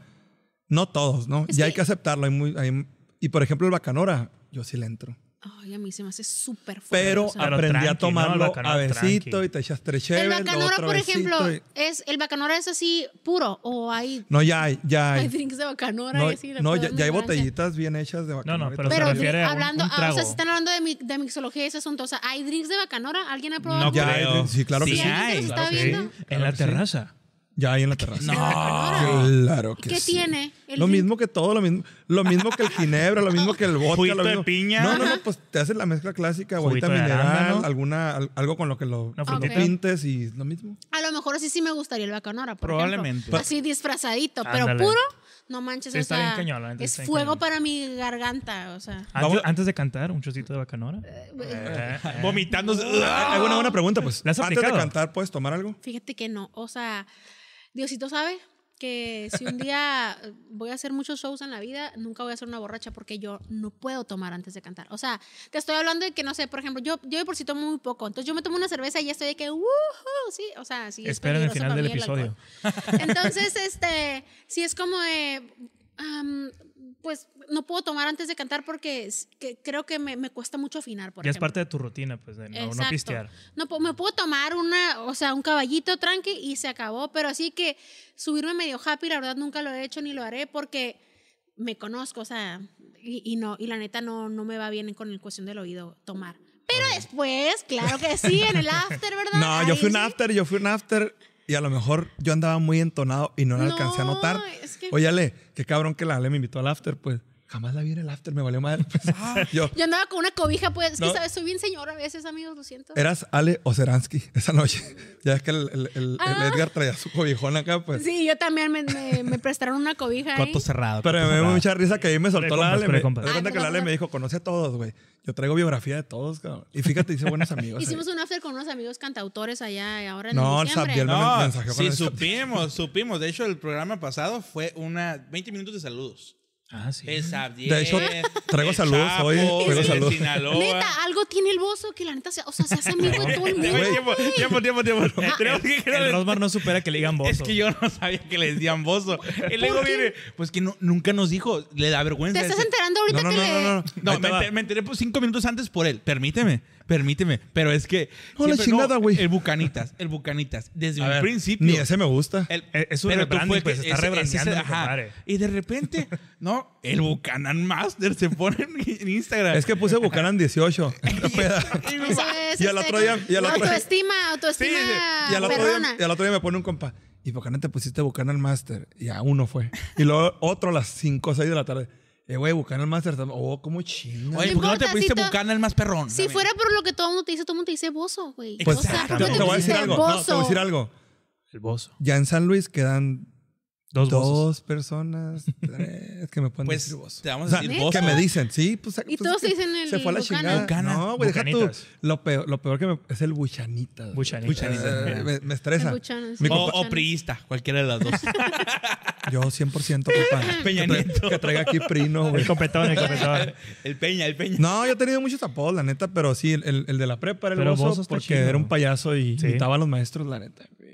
No todos, ¿no?
Es
ya
que-
hay que aceptarlo. hay muy- hay- y, por ejemplo, el bacanora, yo sí le entro.
Ay, a mí se me hace súper fuerte.
Pero
o sea.
Pero
aprendí
tranqui,
a
¿no?
tomarlo
El Bacanora
a besito
tranqui.
y te echas tres
el
cheves, luego
bacanora,
otro
por
besito
ejemplo,
y-
es, el bacanora es así puro o hay,
No, ya hay, ya
hay
hay.
drinks de bacanora.
No,
y así, la
no,
verdad,
ya, ya hay
mi ignorancia.
botellitas bien hechas de bacanora.
no,
y
pero
todo.
se
Pero
refiere
drink-
a un-
hablando,
un
ah, o sea,
trago.
se están hablando de, mi- de mixología y ese asunto. O sea, ¿hay drinks de bacanora? ¿Alguien ha probado?
No,
ya
creo.
hay, sí, claro que
¿Sí
sí.
alguien que nos
claro
está
Sí,
viendo?
en la
Claro que sí.
terraza.
Ya hay en la terraza.
No.
Claro que
¿Qué
sí.
tiene? El
Lo
drink?
mismo que todo, lo mismo, lo mismo que el ginebra, lo mismo que el vodka,
Juguito
lo
de
mismo.
piña.
No, no, no, pues te haces la mezcla clásica, agüita
Juguito de
mineral,
arándano.
alguna, al- algo con lo que lo,
Una
lo
frutita.
pintes y lo mismo.
A lo mejor así sí me gustaría el bacanora. por
Probablemente.
ejemplo. Así disfrazadito, pero
Ándale.
puro, no manches.
Sí,
o
está
sea,
bien cañón, la neta,
es
está bien
fuego
cañón.
para mi garganta, o sea.
Antes,
Vamos-
antes de cantar, un chocito de bacanora. Eh, eh.
Vomitándose.
Ah.
Hay una buena pregunta, pues.
¿La has
Antes de
aplicado?
cantar, ¿puedes tomar algo?
Fíjate que no, o sea, Diosito sabe, que si un día eh, voy a hacer muchos shows en la vida, nunca voy a ser una borracha porque yo no puedo tomar antes de cantar. O sea, te estoy hablando de que, no sé, por ejemplo, yo, yo de por sí tomo muy poco. Entonces yo me tomo una cerveza y ya estoy de que, ¡Woohoo! Sí, o sea, sí.
Esperen el
peligroso
final
para
del
mí el
episodio.
alcohol. Entonces, este, sí es como de, am, pues no puedo tomar antes de cantar porque es que creo que me, me cuesta mucho afinar, por
Ya es
ejemplo.
parte de tu rutina, pues, de no, no
Exacto.
pistear.
No, po- me puedo tomar una, o sea, un caballito tranqui y se acabó, pero así que subirme medio happy, la verdad nunca lo he hecho ni lo haré porque me conozco, o sea, y, y no, y la neta no, no me va bien con el cuestión del oído tomar. Pero después, claro que sí, en el after, ¿verdad?
No, yo
Ahí
fui un
sí.
after, yo fui un after y a lo mejor yo andaba muy entonado y no la
No,
alcancé a notar.
es que-
Oye, Ale, qué cabrón que la Ale me invitó al after, pues jamás la vi en el after, me valió madre. pues. yo,
Yo andaba con una cobija, pues, es
No.
que, ¿sabes? Soy bien señora a veces, amigos, lo siento.
eras Ale Oseransky esa noche. ya es que el, el- el- el
Ah.
Edgar traía su cobijón acá, pues.
Sí, yo también me, me- me prestaron una cobija. ahí.
Coto cerrado.
Pero
coto
me dio
cerrado.
mucha risa que ahí me soltó la
compas,
Ale.
pre
Me,
compas.
me di cuenta
Ay,
que la Ale me dijo, conoce a todos, güey. Yo traigo biografía de todos, cabrón. Y fíjate, hice buenos amigos. eh. ahí.
Hicimos un after con unos amigos cantautores allá ahora en
No, el
diciembre.
Sabdiel. me
No,
mensajeó con
sí,
el-
supimos, supimos. De hecho, el programa pasado fue una 20 minutos de saludos.
Ah, sí.
El Sabdiel,
De hecho, traigo
el
saludos
Chapo,
hoy, traigo
el
saludos.
Sinaloa.
Neta, algo tiene el bozo que la neta, se, o sea, se hace amigo de todo el mundo.
Güey, Tiempo, tiempo, tiempo, tiempo.
Ah,
Tenemos que-
El Rosmar no supera que le digan vos.
Es que yo no sabía que le decían bozo. Y luego
qué?
viene, pues que no- nunca nos dijo, le da vergüenza.
Te estás
Ese-
enterando
No,
ahorita
no,
que
no,
le...
no, no.
No,
Ahí te
me,
va.
enter- me enteré por cinco minutos antes por él. Permíteme, permíteme. Pero es que.
No, la chingada, güey.
el Bucanitas, el Bucanitas. Desde
A
un
ver,
principio.
Ni ese me gusta.
el-
Eh, Es- es un
pero tú
rebranding,
fue que
pues, está
ese- ese-
rebrandeando,
ajá.
compadre.
Y de repente, ¿no? El Bucanan Master se pone en, en Instagram.
Es que puse Buchanan 18. Esta peda.
Y-
Ese es,
Ah, Y al
este,
otro día- y al otro-
autoestima, autoestima
Sí,
Y al, otro
perrona.
día, y al otro día me pone un compa. ¿Y por qué no te pusiste Buchanan Master? Y a uno fue. Y luego otro a las 5 o 6 de la tarde. Eh, güey, Buchanan Master. está- Oh, cómo chinga.
Oye,
No
¿por qué no te
importa,
pusiste
si to-
Bucanan el más perrón?
si fuera por lo que todo el mundo te dice, todo el mundo te dice bozo, güey.
Pues,
o sea, ¿por
te,
qué
no
te voy a decir
pusiste
algo. No,
bozo?
te voy a decir algo.
El bozo.
Ya en San Luis quedan
Dos, bozos.
dos personas, tres, que me pueden
Pues,
decir vos.
te vamos a
o sea,
decir
vos.
Que me dicen, sí, pues.
Y
pues, es
todos
que
dicen el
Se fue a la
Buchanan.
chingada.
Bucana.
No, güey, deja tú.
Bucanitas.
Lo peor, lo peor que me. Es el buchanita.
Buchanita.
Buchanita.
Eh, me, me estresa.
El Buchanan, sí.
Mi
o,
compa-
o priista, cualquiera de las dos.
Yo 100% compa.
Peña
que, traiga,
Nieto.
que traiga aquí Prino, güey.
El competador, el competador.
el Peña, el Peña.
No, yo he tenido muchos apodos, la neta, pero sí, el- el, el de la prepa era el
Pero
oso
Bozo está
porque
chido.
era un payaso y
Sí.
invitaba a los maestros, la neta. güey.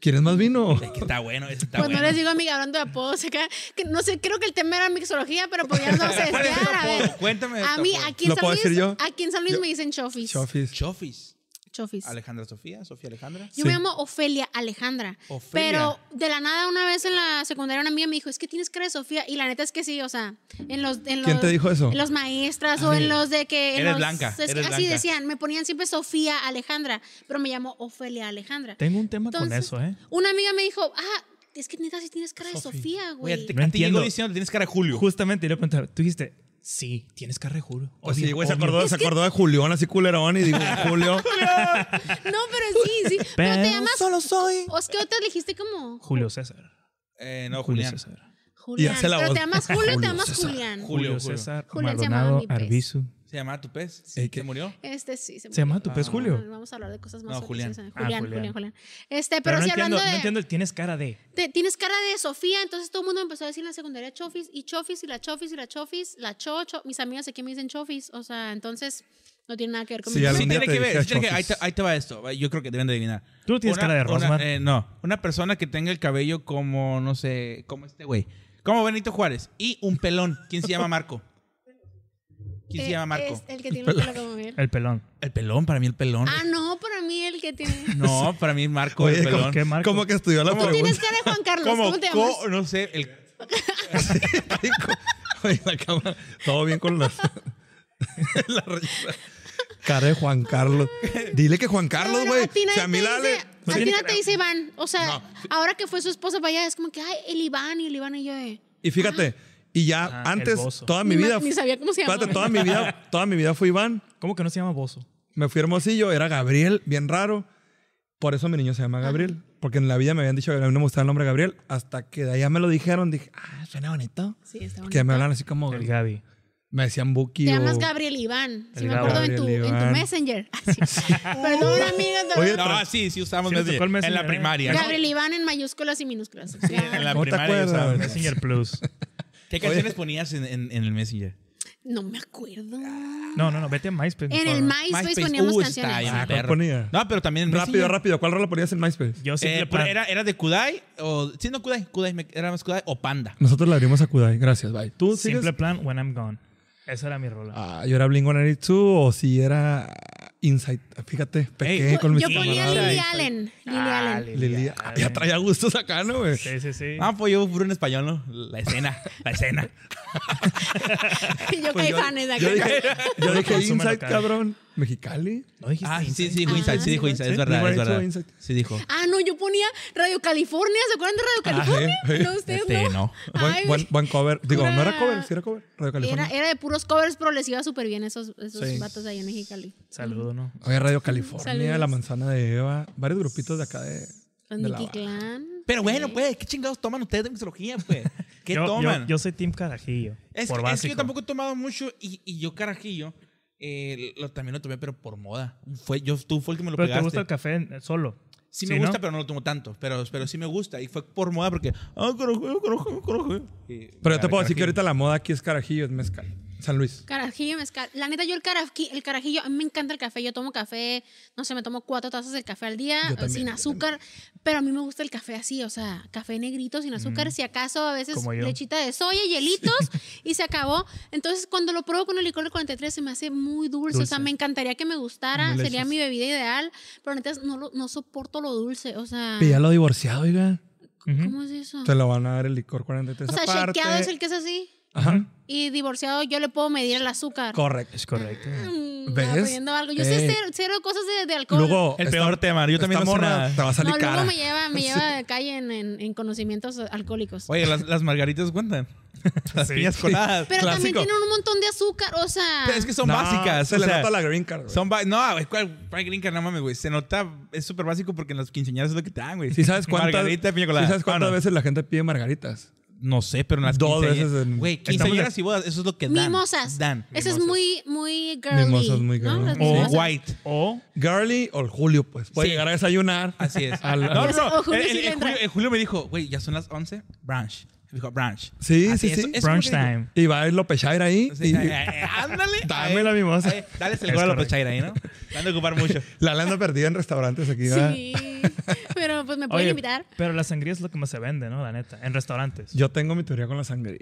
¿Quieres más vino?
Es que está bueno, ese está
Pues no
bueno.
les digo, amiga, hablando de apodos acá, que no sé, creo que el tema era mixología, pero pues ya no sé,
¿Cuál es tu
ya, a
apodo?
ver.
Cuéntame de
A
tu
mí,
apodo.
aquí en
¿Lo
San
puedo decir
Luis,
yo?
aquí en San Luis
Yo-
me dicen chofis.
Chofis.
Chofis.
Chofis.
Alejandra Sofía, Sofía Alejandra.
Yo me llamo Ofelia Alejandra.
Ofelia.
Pero de la nada, una vez en la secundaria, una amiga me dijo, es que tienes cara de Sofía. Y la neta es que sí, o sea, en los... En los
¿Quién te dijo eso?
En los maestras
Ah,
o
sí.
en los de que... en
Eres
los-
blanca,
es que
eres
así
blanca.
decían, me ponían siempre Sofía Alejandra, pero me llamó Ofelia Alejandra.
Tengo un tema con
Entonces,
eso, ¿eh?
Una amiga me dijo, ah, es que neta sí tienes cara
Sofi.
de Sofía,
Oye,
güey.
a ti-
No
a ti llegó
entiendo.
diciendo tienes cara de Julio.
Justamente, y le pregunté, tú dijiste, sí, tienes cara de Julio.
Oh,
Pues
Obvio,
sí, güey, se
obvio.
acordó, se acordó de Julián, así culerón, y digo, Julio.
No, pero sí, sí. pero, te llamas...
solo soy
¿O es que otra dijiste como
Julio César.
Eh, no,
Julio
Julián.
César.
Julián?
hace la
Pero
voz.
te llamas Julio, o te
Julio
llamas
César.
Julián.
Julio,
Julio
Julio.
César,
Julián se llamaba
Maldonado,
mi pez.
Arbizu.
¿Se llamaba tu pez?
Sí, que-
¿Se murió?
Este sí.
¿Se llama tu pez
Ah.
Julio?
No, Vamos a hablar de cosas más.
No,
Julián.
Julián.
Julián,
Ah,
Julián,
Julián.
Julián, Este, pero,
no,
si
entiendo,
hablando
no
de,
entiendo el tienes cara de.
te- tienes cara de Sofía, entonces todo el mundo empezó a decir en la secundaria Chofis y Chofis y la Chofis y la Chofis, la Chocho. Mis amigas aquí me dicen Chofis, o sea, entonces no tiene nada que ver con
Sí,
mi
algún
Sí,
día
nombre.
tiene
te
que
dije
ver. sí tiene que- ahí,
Chofis.
te, ahí te va esto. Yo creo que deben de adivinar.
Tú no tienes cara de Rosmar.
eh, no, una persona que tenga el cabello como, no sé, como este güey. Como Benito Juárez. Y un pelón. ¿Quién se llama Marco? ¿Quién se
Eh,
llama Marco?
es el que tiene el pelo como él.
El pelón.
El pelón, para mí el pelón.
Ah, no, para mí el que tiene.
No, para mí Marco
Oye,
el
como
pelón.
¿Qué
que,
marco?
como que estudió la
Tú tienes
pregunta.
cara de Juan Carlos,
Como
¿cómo te llamas?
co, no sé, el
Oye, la cámara, todo bien con las... la risa. Cara de Juan Carlos. Dile que Juan Carlos,
Pero
güey.
a ti nadie
Si a mí
te
la
dice-
Ale...
a ti
tiene
nadie te
cara.
dice Iván. O sea,
No.
ahora que fue su esposa para allá, es como que, ay, el Iván y el Iván y yo. eh.
Y fíjate, y ya
Ajá, Ah, el
antes,
bozo.
toda mi
Ni me-
vida...
ni sabía cómo se llamaba.
Espérate, toda mi vida, toda mi vida fui Iván.
¿Cómo que no se llama Bozo?
Me fui a hermosillo, era Gabriel, bien raro. Por eso mi niño se llama Gabriel. Porque en la vida me habían dicho que a mí no me gustaba el nombre Gabriel. Hasta que de allá me lo dijeron, dije, ah, suena bonito.
Sí, está
Que me
bonito.
hablan así como
El Gaby.
Me decían Buki.
Te
o-
llamas Gabriel Iván. Si
El
me acuerdo en tu,
Gabriel
en tu
Iván.
Messenger. Así. Perdón, amiga. no-
Oye,
No, sí, sí usamos
Sí, me
Messenger.
tocó el
En
Messenger,
la
¿eh?
primaria. ¿no?
Gabriel Iván en mayúsculas y minúsculas.
Sí, en la
¿No te
primaria
acuerdas?
usábamos.
Messenger Plus.
¿Qué canciones ponías en, en- en el Messenger?
No me acuerdo.
No, no, no, vete a MySpace.
En
mejor.
el MySpace,
MySpace.
poníamos
Uh, está
canciones.
bien,
Ah, ¿cuál
perro.
ponía?
No, pero también en
Rápido,
Messenger.
rápido. ¿Cuál rola ponías en MySpace?
Yo
Eh,
siempre
pero
plan-
era, ¿Era de Kudai? O, sí, no Kudai, Kudai, me- era más Kudai o Panda.
Nosotros la abrimos a Kudai. Gracias, bye. ¿Tú sigues?
Simple plan, when I'm gone. Esa era mi rola.
Ah, yo era Blink-182 o si era Insight. Fíjate, pequé
Ey,
con mis
Yo ponía
camaradas.
Lily
Ah,
Allen. Lily
Ah,
Allen.
Lili, ah, ya traía gustos acá, ¿no, güey?
Sí, sí, sí.
Ah, pues yo puro en español, ¿no? La escena, la escena.
Yo
Pues
caí
yo-
fan de
Yo dije, yo dije
Consume
Insight,
local.
cabrón. Mexicali.
¿No dijiste?
Ah, sí,
Inside?
sí, dijo
Ah,
Inside, sí, dijo Inside, es
sí.
verdad, es
Dijo
verdad.
Inside.
Sí, dijo.
Ah, no, yo ponía Radio California. ¿Se acuerdan de Radio California?
Ah, sí, sí.
No, ustedes
Este, no.
Buen,
Ay,
buen- buen cover. Digo, no era
pura-
cover, sí era cover. Radio California.
Era, era de puros covers, pero les iba súper bien esos, esos
Sí.
vatos ahí en Mexicali.
Saludo, ¿no?
Oye, Radio California,
Saludos.
La Manzana de Eva. Varios grupitos de acá de,
Los
de la
Nicky
Baja.
Clan.
Pero bueno, pues, ¿qué chingados toman ustedes de mixología, pues? ¿Qué
yo,
toman?
Yo, yo soy Team Carajillo.
es,
por
que-
básico.
es que yo tampoco he tomado mucho y, y yo carajillo eh, lo, también lo tomé, pero por moda. Fue, yo, tú fue el que me lo
Pero te
pegaste.
gusta el café en- solo.
Sí me
¿Sí,
gusta,
no?
pero no lo tomo tanto. Pero, pero sí me gusta. Y fue por moda porque... Ah, carajillo, carajillo, carajillo. Y-
Pero yo te puedo decir que
carajillo.
ahorita la moda aquí es carajillo, es mezcal. San Luis.
Carajillo, mezcal. La neta, yo el, carajqui- el carajillo, a mí me encanta el café. Yo tomo café, no sé, me tomo cuatro tazas de café al día,
Yo también,
sin
yo
azúcar. Pero a mí me gusta el café así, o sea, café negrito, sin azúcar. Si acaso, a veces
Como yo.
lechita de soya, hielitos, y se acabó. Entonces, cuando lo pruebo con el licor de 43, se me hace muy dulce. O sea,
Dulce.
me encantaría que me gustara.
Muy
Sería
lechoso.
mi bebida ideal. Pero neta, no, lo- no soporto lo dulce. O sea,
Pilla lo divorciado, oiga.
Ujú.
¿cómo es eso?
Te lo van a dar el licor 43
Ah. O sea,
aparte.
shakeado es el que es así.
Ajá.
Y divorciado, yo le puedo medir el azúcar.
Correcto.
Es correcto.
Mm,
¿Ves?
aprendiendo algo. Yo sé
Ey.
cero, cero cosas de, de alcohol.
Luego.
El
esta-
peor tema. Yo también
esta
no sé
morra
nada.
Te va a salir
no,
cara.
luego me lleva, me lleva de calle en, en- en conocimientos alcohólicos.
Oye, las, las margaritas cuentan. Las
Sí.
piñas coladas.
Pero también
clásico.
tienen un montón de azúcar, o sea.
Pero es que son
No,
básicas.
Se
o
le
sea,
nota la green card. güey.
Son ba- no, güey, ¿cuál? Frank Green Card, no mames, güey. Se nota, es súper básico porque en las quinceañeras es lo que te dan, güey.
¿Sí sabes cuántas,
Margarita, piña colada.
¿sí sabes
Ah,
cuántas
no.
veces la gente pide margaritas?
No sé, pero en las
Dos
quinceañeras-
veces en-
Güey,
Estamos
quinceañeras y bodas, eso es lo que dan.
mimosas.
Dan.
Eso es
Mimosas.
muy, muy girly.
Mimosas, muy
¿no?
girly.
Las
O
O
mimosas.
white.
O
Girly o el Julio, pues. Puede
Sí.
llegar a desayunar.
Así es.
Al-
no, no, no.
O Julio
El- el-
sí le
el
entra.
Julio, el Julio me dijo, güey, ya son las 11, brunch. Me dijo, brunch.
Sí,
Así,
sí, sí.
eso- eso
brunch
es lo que dijo.
time.
Y va a ir Lopechair ahí.
Sí,
y-
eh, eh, ándale.
Dame
Ahí,
la mimosa.
ahí, Dale el
Es
gol a la
correcto.
pechaira ahí, ¿no? Van a ocupar mucho.
la landa perdida en restaurantes aquí. ¿verdad?
Sí. Pero pues me pueden
Oye,
invitar.
Pero la sangría es lo que más se vende, ¿no? La neta. En restaurantes.
Yo tengo mi teoría con la sangría.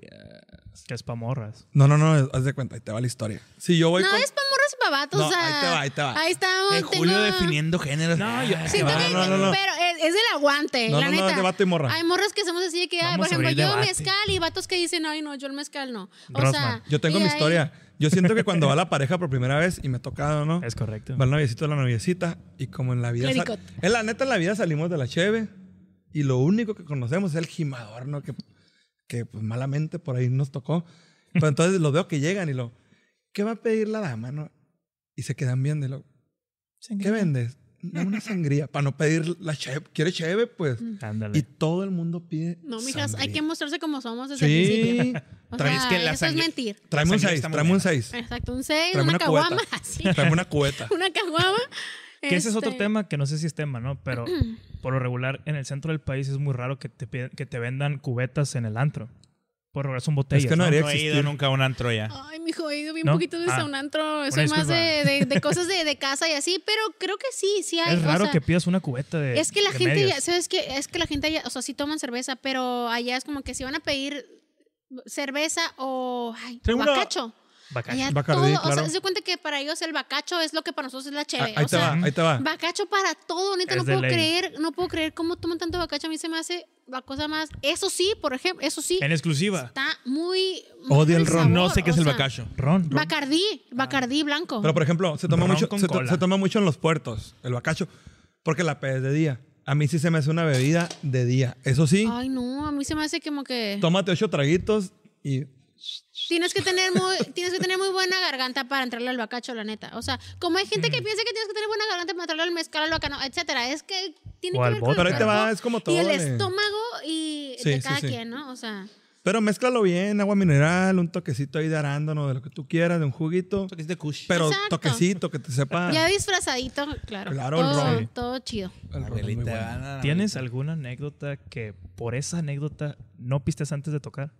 Que es pa' morras.
No, no, no, haz de cuenta, ahí te va la historia. Si yo voy
No,
con...
es pa' morros y pa' vatos.
No,
o sea,
ahí te va, ahí te va.
estamos.
En Eh, Julio
tengo-
definiendo géneros.
No, yo-
Ay,
Siento
No,
que-
no, no, no.
pero es, es el aguante,
No,
la
no, no,
neta.
es de vato y morra.
Hay morras que somos así de que, ay,
Vamos
por
a
ejemplo,
abrir
yo
debate.
mezcal y vatos que dicen, ay, no, yo el mezcal no. O sea,
Grossman.
Yo tengo
y
mi
ahí-
historia. Yo siento que cuando va la pareja por primera vez y me toca, ¿no?
Es correcto.
Va el noviecito a la noviecita y como en la vida... sal-
Clericot.
En la neta, en la vida salimos de la cheve y lo único que conocemos es el gimador, ¿no? Que, que pues malamente por ahí nos tocó. Pero entonces los veo que llegan y lo... ¿Qué va a pedir la dama, no? Y se quedan viendo y lo... ¿Qué vendes? "No, Una sangría. Para no pedir la cheve. ¿Quiere cheve? Pues...
Ándale.
Y todo el mundo pide.
Mm. No, mijas, hay
sangría.
que mostrarse como somos desde el principio.
Sí.
O
Trae-
sea,
es que la
eso es
sangre-
mentir.
Tráeme un
sangría
6,
está muy
tráeme un
buena.
6.
Exacto, un 6,
Tráeme
una,
una
caguama,
cubeta.
así,
Tráeme una cubeta.
una caguama.
Que ese es otro
Este,
tema que no sé si es tema, ¿no? Pero por lo regular en el centro del país es muy raro que te, piden- que te vendan cubetas en el antro. Por lo regular son botellas.
Es que no haría-
No he ido
existir.
nunca a un antro ya.
Ay, mijo, he ido bien
¿No?
poquito de
Ah,
un antro. Soy más
disculpa.
de, de- de cosas de, de casa y así, pero creo que sí, sí hay.
Es
o
raro
sea,
que pidas una cubeta de.
Es que la
de
gente
medias.
ya, ¿sabes qué? Es que la gente allá, o sea, sí toman cerveza, pero allá es como que si van a pedir cerveza o ay,
Trae una-
bacacho.
Bacacho.
Allá
Bacardí,
todo, o
claro.
sea, se cuenta que para ellos el bacacho es lo que para nosotros es la
Ah,
chévere.
Ahí
o
te
sea,
va, ahí te va.
bacacho para todo, neta,
Es
no
de
puedo
ley.
creer, no puedo creer cómo toman tanto bacacho, a mí se me hace la cosa más, eso sí, por ejemplo, eso sí,
En exclusiva.
está muy...
Odio el
mal
ron.
No
sabor,
sé qué es
o
el
sea,
bacacho.
Ron.
Bacardí, bacardí blanco.
Pero por ejemplo, se toma,
Ron
mucho,
con
se, to-
cola.
se toma mucho en los puertos, el bacacho, porque la pedes de día. A mí sí se me hace una bebida de día. Eso sí,
Ay, no, a mí se me hace como que...
tómate ocho traguitos y
Tienes que tener muy, tienes que tener muy buena garganta para entrarle al bacacho, la neta. O sea, como hay gente
Mm.
que piensa que tienes que tener buena garganta para entrarle al mezcal, al bacano, etcétera. Es que tiene
O
que
al
ver
vodka.
con el
Pero ahí te
va,
cuerpo
es como
Y
todo,
el
eh.
estómago y
Sí,
de
sí,
cada
sí.
quien, ¿no? O sea,
Pero mézclalo bien, agua mineral, un toquecito ahí de arándano, de lo que tú quieras, de un juguito.
Toques de kush.
Pero
Exacto.
toquecito, que te sepa.
Ya disfrazadito, claro.
Ah. Claro, el
todo,
ron.
todo chido.
El ron es muy bueno.
¿Tienes alguna anécdota que por esa anécdota no pistes antes de tocar?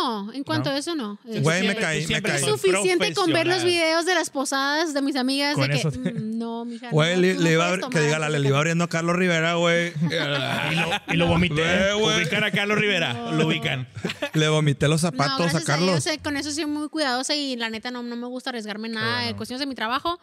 No, en cuanto
No.
a eso no.
Güey, me
Este,
caí, me
Es
caí.
suficiente con ver los videos de las posadas de mis amigas
Con
de que
eso te-
"Mm, no, mija.
Güey,
no,
le,
tú no
le iba a
puedes
abrir- que
tomar,
diga la-
tú
le
no
iba
puedes
abriendo a Carlos Rivera, güey.
Y lo vomité.
Güey, güey.
Ubican a Carlos Rivera. Lo ubican.
Le vomité los
No,
zapatos
gracias
a Carlos.
Dios, eh, con eso soy muy cuidadosa y la neta no, no me gusta arriesgarme en nada de cuestiones de mi trabajo.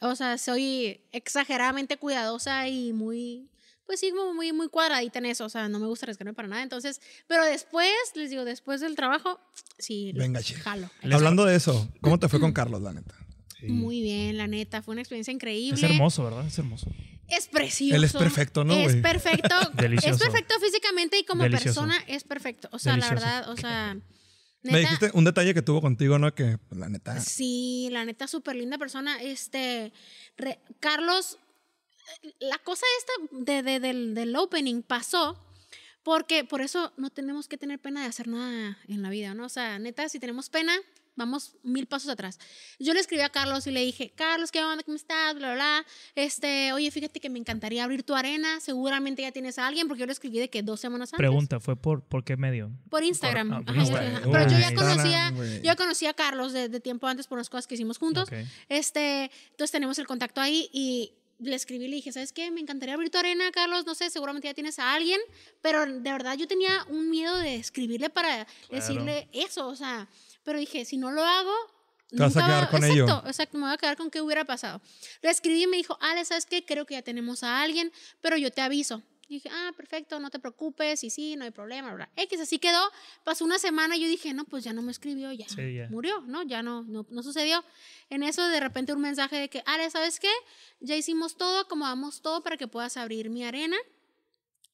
O sea, soy exageradamente cuidadosa y muy, pues sí, como muy, muy cuadradita en eso. O sea, no me gusta arriesgarme para nada. Entonces, pero después, les digo, después del trabajo, sí,
Venga, chica.
jalo.
Hablando de eso, ¿cómo te fue con Carlos, la neta?
Muy bien, la neta, fue una experiencia increíble.
Es hermoso, ¿verdad? Es hermoso.
Es precioso.
Él es perfecto, ¿no,
Es
güey?
perfecto.
Delicioso.
es perfecto físicamente y como
Delicioso.
persona es perfecto. O sea,
Delicioso.
la verdad, o sea.
Me
neta,
dijiste un detalle que tuvo contigo, ¿no? Que, pues, la neta.
Sí, la neta, súper linda persona. Este, re- Carlos, eh, la cosa esta de, de- del, del opening pasó porque por eso no tenemos que tener pena de hacer nada en la vida, ¿no? O sea, neta, si tenemos pena, vamos mil pasos atrás. Yo le escribí a Carlos y le dije, Carlos, ¿qué onda? ¿Cómo estás? Bla, bla, bla. Este, oye, fíjate que me encantaría abrir tu arena. Seguramente ya tienes a alguien porque yo le escribí de que dos semanas antes.
Pregunta, ¿fue por, por qué medio?
Por Instagram.
Por- ah, por
Ajá, yo-
Instagram.
ajá. Pero yo ya
Uy.
conocía,
Instagram, güey.
yo ya conocía a Carlos de, de tiempo antes por las cosas que hicimos juntos.
Ok.
Este, entonces tenemos el contacto ahí y le escribí y le dije, ¿sabes qué? Me encantaría abrir tu arena, Carlos. No sé, seguramente ya tienes a alguien. Pero de verdad yo tenía un miedo de escribirle para decirle eso. O sea, pero dije, si no lo hago.
Te vas a
nunca va-
quedar con
Exacto,
ello.
Exacto, me voy a quedar con qué hubiera pasado. Le escribí y me dijo, Ale, ¿sabes qué? Creo que ya tenemos a alguien, pero yo te aviso. Y dije, ah, perfecto, no te preocupes, y sí, no hay problema, bla, bla. X, así quedó. Pasó una semana y yo dije, no, pues ya no me escribió, ya
Sí, ya.
murió, ¿no? Ya no, no, no sucedió. En eso de repente un mensaje de que, Ale, ¿sabes qué? Ya hicimos todo, acomodamos todo para que puedas abrir mi arena.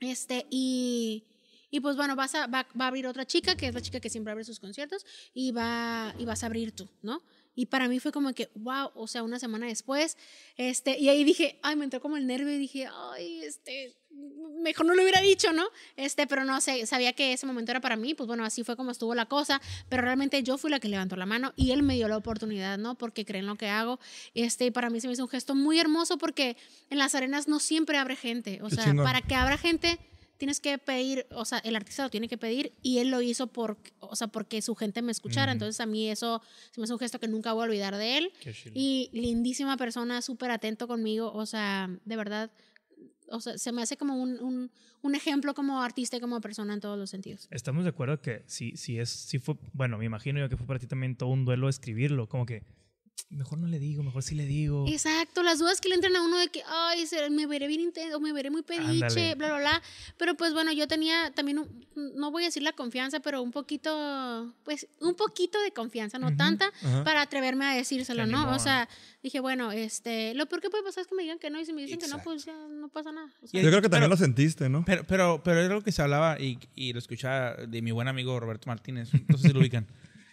Este, y, y pues bueno, vas a, va, va a abrir otra chica, que es la chica que siempre abre sus conciertos, y, va, y vas a abrir tú, ¿no? Y para mí fue como que, wow, o sea, una semana después, este, y ahí dije, ay, me entró como el nervio y dije, ay, este, mejor no lo hubiera dicho, ¿no? Este, pero no sé, sabía que ese momento era para mí, pues bueno, así fue como estuvo la cosa, pero realmente yo fui la que levantó la mano y él me dio la oportunidad, ¿no? Porque creen lo que hago, este, y para mí se me hizo un gesto muy hermoso porque en las arenas no siempre abre gente, o
Qué
sea,
chingón.
para que habrá gente tienes que pedir, o sea, el artista lo tiene que pedir y él lo hizo por, o sea, porque su gente me
Mm.
escuchara, entonces a mí eso se me hace un gesto que nunca voy a olvidar de él
Qué chido.
y lindísima persona, súper atento conmigo, o sea, de verdad, o sea, se me hace como un, un, un ejemplo como artista y como persona en todos los sentidos.
Estamos de acuerdo que si, si es, si fue, bueno, me imagino yo que fue para ti también todo un duelo escribirlo, como que mejor no le digo, mejor sí le digo.
Exacto, las dudas que le entran a uno de que, ay, se- me veré bien intenso, me veré muy pediche,
Ándale.
bla, bla, bla. Pero pues bueno, yo tenía también, un- no voy a decir la confianza, pero un poquito, pues un poquito de confianza, no
Ujú,
tanta,
ajá.
para atreverme a decírselo,
Te animó
¿no?
a-
O sea, dije, bueno, este, lo peor que puede pasar es que me digan que no, y si me dicen que no,
Exacto.
pues ya no pasa nada. O sea,
Yo creo que también
Pero-
lo sentiste, ¿no?
Pero, pero, pero es algo que se hablaba y, y lo escuchaba de mi buen amigo Roberto Martínez. No sé si lo ubican.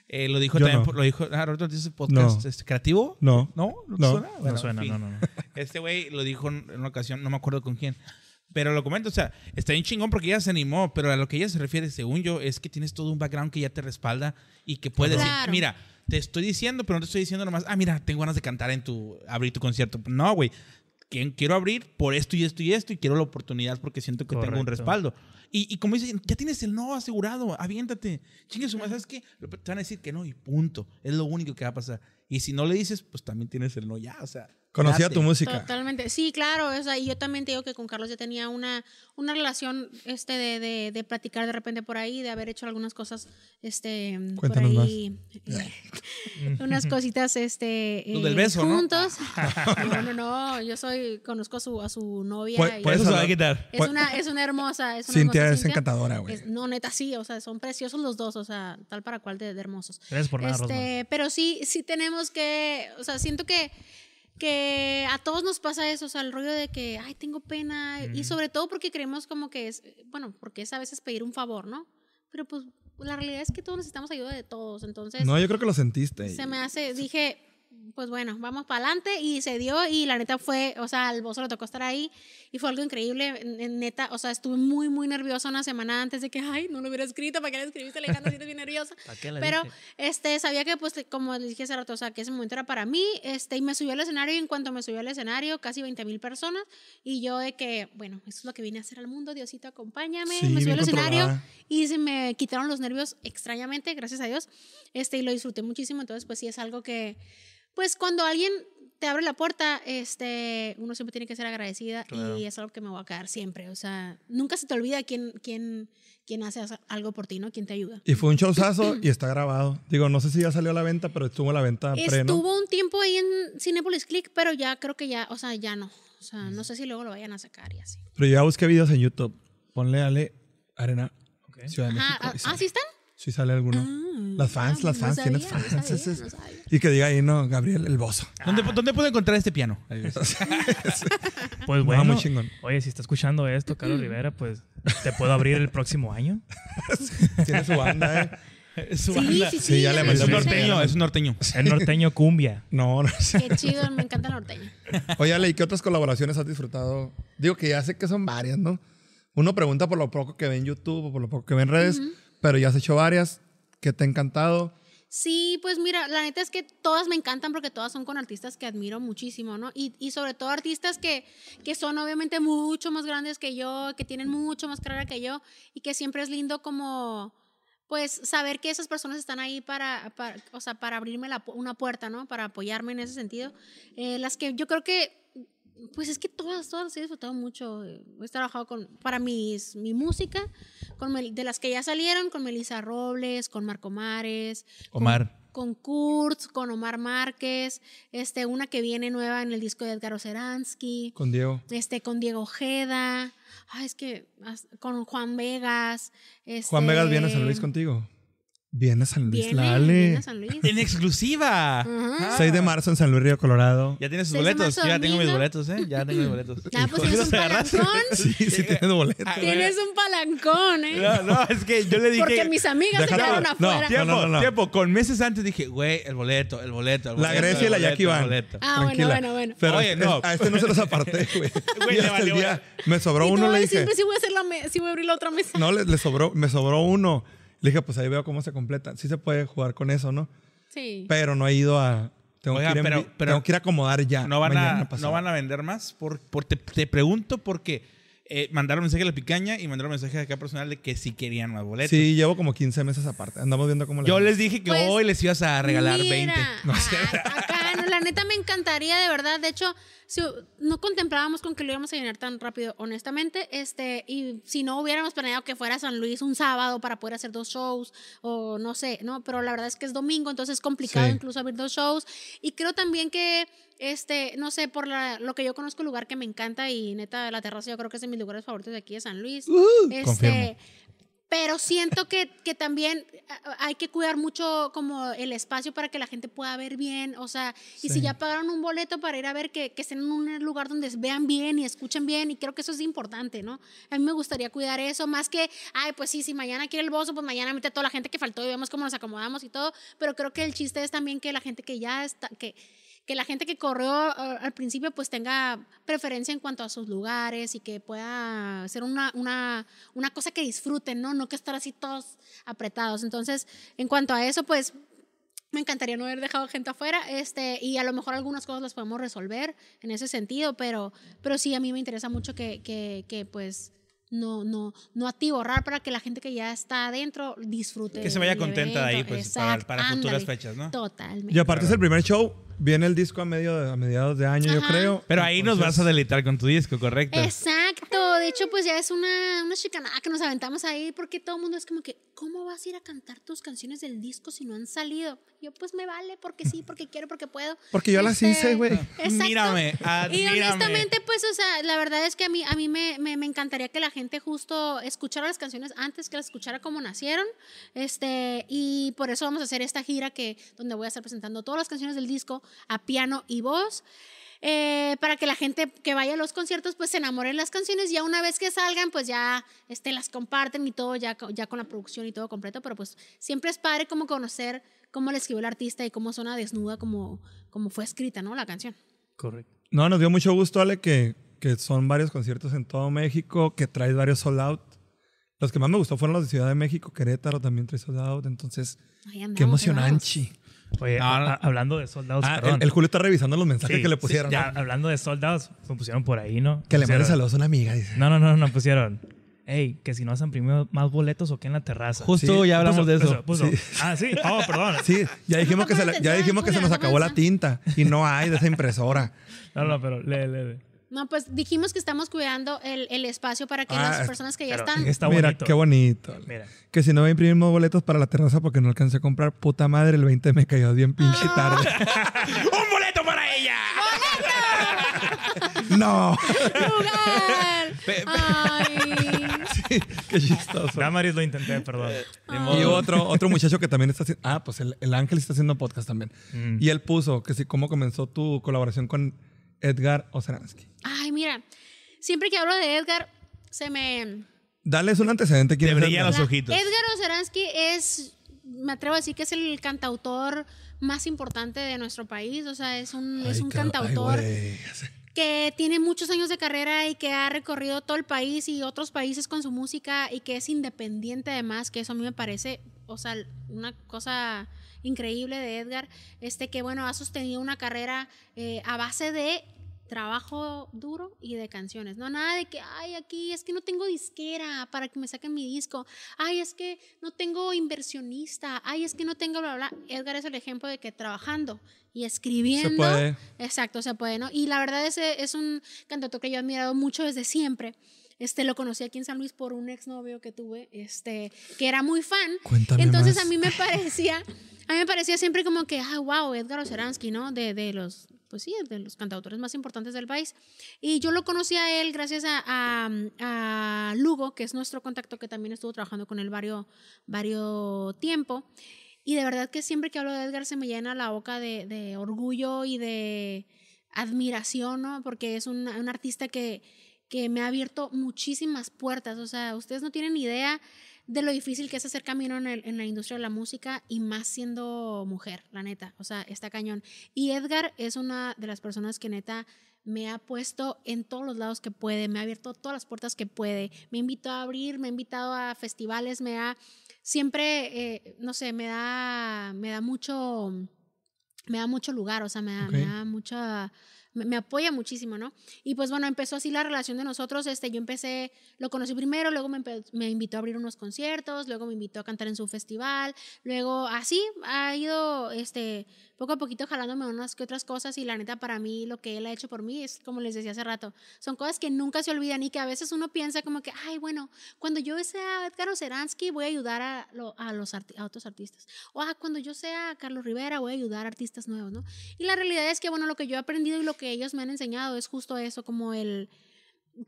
Eh, lo dijo
Yo
también,
no.
por- lo dijo, ah, Roberto Martínez, podcast
No.
este, creativo.
No.
¿No? ¿No, te
No.
suena? Bueno,
no suena,
en fin.
no, no, no.
Este güey lo dijo en en una ocasión, no me acuerdo con quién. Pero lo comento, o sea, está bien chingón porque ella se animó, pero a lo que ella se refiere, según yo, es que tienes todo un background que ya te respalda y que puedes decir,
Claro.
mira, te estoy diciendo, pero no te estoy diciendo nomás, ah, mira, tengo ganas de cantar en tu, abrir tu concierto. No, güey, quien quiero abrir por esto y esto y esto y quiero la oportunidad porque siento que tengo un
Correcto.
respaldo. Y, y como dicen, ya tienes el no asegurado, aviéntate. Chingue su madre, ¿sabes qué? Lo- Te van a decir que no y punto. Es lo único que va a pasar. Y si no le dices, pues también tienes el no ya, o sea.
Conocía
date.
tu música.
Totalmente, sí, claro, o sea, y yo también te digo que con Carlos ya tenía una, una relación este de, de, de platicar de repente por ahí, de haber hecho algunas cosas, este, por
Cuéntanos
ahí, eh, unas cositas, este,
Lo del beso, ¿no?
juntos. ¿no? no, no, yo soy, conozco a su, a su novia.
Pu-
y-
puedes
Eso se va a
hablar-
quitar.
es
pu-
una, es una hermosa. Es una
Cintia
hermosa
es encantadora, güey.
Es- No, neta, sí, o sea, son preciosos los dos, o sea, tal para cual de, de hermosos.
Gracias por nada, Rosmar.
este, Pero sí, sí tenemos que, o sea, siento que, que a todos nos pasa eso, o sea, el rollo de que, ay, tengo pena, y sobre todo porque creemos como que es, bueno, porque es a veces pedir un favor, ¿no? Pero pues la realidad es que todos necesitamos ayuda de todos, entonces
este, No, yo creo que lo sentiste.
se me hace, dije, pues bueno, vamos para adelante y se dio y la neta fue, o sea, al bozo le tocó estar ahí y fue algo increíble, n- neta, o sea, estuve muy, muy nerviosa una semana antes de que, ay, no lo hubiera escrito, ¿para qué le escribiste, Alejandro, si eres bien nerviosa?
¿Para qué la
Pero
dije?
este, sabía que, pues, como les dije hace rato, o sea, que ese momento era para mí, este, y me subió al escenario y en cuanto me subió al escenario, casi 20 mil personas, y yo de que, bueno, esto es lo que vine a hacer al mundo, Diosito, acompáñame,
Sí,
me subí
bien
al escenario
controlada.
y se me quitaron los nervios extrañamente, gracias a Dios, este, y lo disfruté muchísimo, entonces, pues, sí es algo que, pues, cuando alguien te abre la puerta, este, uno siempre tiene que ser agradecida
Claro.
y es algo que me voy a quedar siempre, o sea, nunca se te olvida quién, quién, quién hace algo por ti, ¿no? Quién te ayuda.
Y fue un showzazo y está grabado. Digo, no sé si ya salió a la venta, Ah, pero estuvo a la venta pre, ¿no?
Estuvo un tiempo ahí en Cinepolis Click, pero ya creo que ya, o sea, ya no. O sea,
Mm.
no sé si luego lo vayan a sacar y así.
Pero yo ya busqué videos en YouTube. Ponle Ale Arena
Ok.
Ciudad de
Ajá,
México. y
ah,
sale.
¿ah, sí están?
Sí sale alguno.
Ah,
las fans,
ah,
las
no
fans, tienes
sabía, no
fans.
sabía,
Es-
no sabía.
Y que diga ahí, no, Gabriel el Bozo.
¿Dónde, ¿Dónde puedo encontrar este piano?
Pues
No,
bueno,
muy chingón.
oye, si está escuchando esto, Carlos Rivera, pues te puedo abrir el próximo año.
Tiene su banda, ¿eh?
Es un-
Sí, sí, sí.
Sí, ya le
es un
sí,
norteño, es un norteño.
El norteño cumbia.
No, no sé.
Qué chido, me encanta el norteño.
Oye, Ale, ¿y qué otras colaboraciones has disfrutado? Digo que ya sé que son varias, ¿no? Uno pregunta por lo poco que ve en YouTube o por lo poco que ve en redes, pero ya has hecho varias. ¿Qué te ha encantado?
Sí, pues mira, la neta es que todas me encantan porque todas son con artistas que admiro muchísimo, ¿no? Y, y sobre todo artistas que, que son obviamente mucho más grandes que yo, que tienen mucho más carrera que yo y que siempre es lindo como, pues, saber que esas personas están ahí para, para- o sea, para abrirme la pu- una puerta, ¿no? Para apoyarme en ese sentido. Eh, las que yo creo que, pues es que todas, todas las he disfrutado mucho. Eh, He trabajado con, para mis, mi música, con Mel- de las que ya salieron, con Melissa Robles, con Marco Mares
Omar.
con Kurtz, con Omar Márquez, este, una que viene nueva en el disco de Edgar Oceransky,
Con Diego.
este, con Diego Ojeda, ay, es que as- con Juan Vegas. este,
Juan Vegas viene a San Luis contigo. Viene a San Luis,
Viene,
la Ale.
viene a San Luis.
En exclusiva.
Ajá.
Ah.
6 de marzo en San Luis Río Colorado.
Ya tienes sus
Seis de
boletos.
marzo,
Yo ya tengo mis
domingo.
boletos, ¿eh? Ya tengo mis boletos.
Ah, pues tienes un palancón.
Sí, sí tienes boleto.
Ah, güey.
Tienes un palancón, ¿eh?
No, no, es que yo le dije.
Porque mis amigas se
Déjate-
quedaron
no,
afuera.
Tiempo,
No, no, no, no.
tiempo. Con meses antes dije, güey, el boleto, el boleto. el
La
boleto,
Grecia
el
y la Jackie
boleto, el
van.
boleto.
Ah, bueno,
Tranquila.
bueno, bueno.
Pero
Oye,
este-
no.
a este no se los aparté, güey.
Güey,
Y
le
hasta el
valió,
día me sobró
Y te
uno,
voy a
le
decir,
dije.
pues, sí voy a hacer la me- sí voy a abrir la otra mesa.
No, le, le sobró, me sobró uno. Le dije, pues ahí veo cómo se completa. Sí se puede jugar con eso, ¿no?
Sí.
Pero no he ido a. Tengo,
Oiga,
que, ir en
pero-
vi-
pero-
tengo que ir a acomodar ya.
No van,
Ah, mañana
a,
pasado.
no van a vender más. Por, por- te, te pregunto porque eh, mandaron mensaje a la picaña y mandaron mensaje acá personal de que sí querían más boletos.
Sí, llevo como 15 meses aparte. Andamos viendo cómo le
Yo
hacemos.
les dije que
Pues,
hoy les ibas a regalar
Mira,
20. No sé.
ay, acá, no, la neta me encantaría, de verdad. De hecho, si- no contemplábamos con que lo íbamos a llenar tan rápido, honestamente. Este, y si no hubiéramos planeado que fuera a San Luis un sábado para poder hacer dos shows, o no sé, ¿no? Pero la verdad es que es domingo, entonces es complicado
Sí.
incluso abrir dos shows. Y creo también que. Este, no sé, por la- lo que yo conozco, el lugar que me encanta y neta, la terraza yo creo que es de mis lugares favoritos de aquí de San Luis.
Uh.
este,
confirmo.
pero siento que, que también ah, hay que cuidar mucho como el espacio para que la gente pueda ver bien, o sea, y si
Sí.
ya pagaron un boleto para ir a ver, que, que estén en un lugar donde vean bien y escuchen bien, y creo que eso es importante, ¿no? A mí me gustaría cuidar eso, más que, ay, pues sí, si mañana quiere el bozo, pues mañana mete a toda la gente que faltó y vemos cómo nos acomodamos y todo, pero creo que el chiste es también que la gente que ya está, que, que la gente que corrió ah, al principio pues tenga preferencia en cuanto a sus lugares y que pueda ser una, una, una cosa que disfruten, ¿no? No que estar así todos apretados. Entonces, en cuanto a eso, pues me encantaría no haber dejado gente afuera este, y a lo mejor algunas cosas las podemos resolver en ese sentido, pero, pero sí, a mí me interesa mucho que, que, que pues... No, no, no atiborrar para que la gente que ya está adentro disfrute.
Que se vaya
del
contenta de ahí,
evento.
pues, para-
Exacto,
para futuras
ándale.
fechas, ¿no?
Totalmente.
Y aparte es el primer show. Viene el disco a, medio de- a mediados de año, yo
Ajá.
creo.
Pero ahí nos vas a deleitar con tu disco, ¿correcto?
Exacto, de hecho pues ya es una, una chicanada que nos aventamos ahí porque todo el mundo es como que, ¿cómo vas a ir a cantar tus canciones del disco si no han salido? Yo pues me vale porque sí, porque quiero, porque puedo. Este,
Porque yo las hice, güey.
Exacto.
Mírame,
Y
admírame.
honestamente pues, o sea, la verdad es que a mí, a mí me, me, me encantaría que la gente justo escuchara las canciones antes que las escuchara como nacieron. Este, y por eso vamos a hacer esta gira que, donde voy a estar presentando todas las canciones del disco a piano y voz. eh, para que la gente que vaya a los conciertos pues se enamore de las canciones. Ya una vez que salgan pues ya este, las comparten y todo, ya, co- ya con la producción y todo completo, pero pues siempre es padre como conocer cómo le escribió el artista y cómo suena desnuda, como, como fue escrita, ¿no? La canción.
Correcto.
No, nos dio mucho gusto, Ale, que, que son varios conciertos en todo México, que traes varios sold out. Los que más me gustó fueron los de Ciudad de México, Querétaro también trae sold out. Entonces,
Ahí andamos,
qué
ahí
emocionante.
Oye,
No,
a-
no.
a- hablando de soldados,
Ah, el, el Julio está revisando los mensajes que le pusieron.
ya,
¿no?
hablando de soldados, me pusieron por ahí, ¿no?
Que le
Pusieron-
mandes saludos a una amiga, dice.
No, no, no, no, pusieron. Ey, que si no han primero más boletos o que en la terraza.
Justo ya
Puso- puso- puso. Ah, sí. Oh, perdón.
Sí, ya dijimos que, se, le- ya
Atención,
dijimos que se
Julio,
nos acabó la
avanza.
tinta y no hay de esa impresora.
No, no, pero lee, lee, lee.
andamos. No, pues dijimos que estamos cuidando el, el espacio para que
Ah, este
las personas que ya
pero
están...
Está
Mira,
bonito.
qué bonito.
Mira.
Que si no me imprimimos boletos para la terraza porque no alcancé a comprar, puta madre, el 20 me cayó bien pinche tarde.
¡Un boleto para ella!
no.
lugar. Ay.
Qué chistoso.
Damaris lo intenté, perdón. De
Y
modo.
otro, otro muchacho que también está haciendo. Ah, pues el, el Ángel está haciendo podcast también.
Mm.
Y él puso que si cómo comenzó tu colaboración con Edgar Ozransky.
Ay, mira, siempre que hablo de Edgar, se me...
Dales un antecedente. ¿quién
Te
es
brillan
Edgar?
los ojitos.
Edgar Oceransky es, me atrevo a decir que es el cantautor más importante de nuestro país, o sea, es un, es
Ay,
un
ca- ay,
cantautor
güey.
que tiene muchos años de carrera y que ha recorrido todo el país y otros países con su música y que es independiente además, que eso a mí me parece, o sea, una cosa increíble de Edgar, este que bueno, ha sostenido una carrera eh, a base de trabajo duro y de canciones, no nada de que, ay, aquí es que no tengo disquera para que me saquen mi disco, ay, es que no tengo inversionista, ay, es que no tengo bla, bla. Edgar es el ejemplo de que trabajando y escribiendo...
Se puede.
Exacto, se puede, ¿no? Y la verdad ese es un cantautor que yo he admirado mucho desde siempre. Este, lo conocí aquí en San Luis por un exnovio que tuve, este, que era muy fan.
Cuéntame
Entonces
más.
a mí me parecía, a mí me parecía siempre como que, ah, wow, Edgar Oceransky, ¿no? De, de los, pues sí, de los cantautores más importantes del país. Y yo lo conocí a él gracias a, a- a Lugo, que es nuestro contacto que también estuvo trabajando con él varios vario tiempo. Y de verdad que siempre que hablo de Edgar se me llena la boca de, de orgullo y de admiración, ¿no? Porque es un, un artista que, que me ha abierto muchísimas puertas. O sea, ustedes no tienen idea de lo difícil que es hacer camino en, el- en la industria de la música y más siendo mujer, la neta. O sea, está cañón. Y Edgar es una de las personas que neta me ha puesto en todos los lados que puede, me ha abierto todas las puertas que puede, me invitó a abrir, me ha invitado a festivales, me ha siempre, eh, no sé, me da, me da mucho, me da mucho lugar, o sea, me da,
Ok.
me da mucha, me, me apoya muchísimo, ¿no? Y pues bueno, empezó así la relación de nosotros, este, yo empecé, lo conocí primero, luego me, empe- me invitó a abrir unos conciertos, luego me invitó a cantar en su festival, luego así ha ido, este, poco a poquito jalándome unas que otras cosas y la neta para mí lo que él ha hecho por mí es como les decía hace rato, son cosas que nunca se olvidan y que a veces uno piensa como que, ay, bueno, cuando yo sea Edgar Oceransky voy a ayudar a, lo- a los arti- a otros artistas. O ah, cuando yo sea Carlos Rivera voy a ayudar a artistas nuevos, ¿no? Y la realidad es que, bueno, lo que yo he aprendido y lo que ellos me han enseñado es justo eso, como el,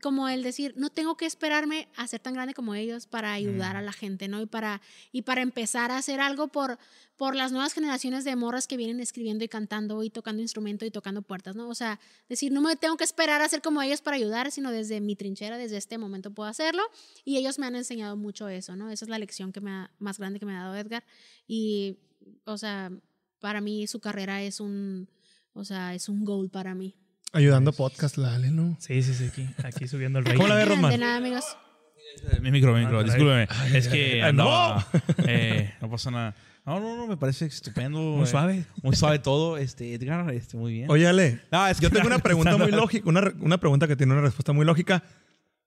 como el decir, no tengo que esperarme a ser tan grande como ellos para ayudar a la gente, ¿no? Y para, y para empezar a hacer algo por, por las nuevas generaciones de morras que vienen escribiendo y cantando y tocando instrumento y tocando puertas, ¿no? O sea, decir, no me tengo que esperar a ser como ellos para ayudar, sino desde mi trinchera, desde este momento puedo hacerlo. Y ellos me han enseñado mucho eso, ¿no? Esa es la lección que me ha- más grande que me ha dado Edgar. Y, o sea, para mí su carrera es un, o sea, es un goal para mí.
Ayudando podcast, la Ale, ¿no?
Sí, sí, sí, aquí, aquí subiendo el rating.
¿Cómo la ve, Román?
De nada, amigos.
Mi micro, mi micro,
Ah, caray.
discúlpeme. Es que.
Ah, no.
andaba, eh, no pasa nada. No, no, no, me parece estupendo. eh,
Muy suave.
Muy suave todo, este, Edgar, este, muy bien.
Oye, Ale,
No, es que
yo tengo una
estaba
pregunta
pensando-
muy lógica, una, re- una pregunta que tiene una respuesta muy lógica,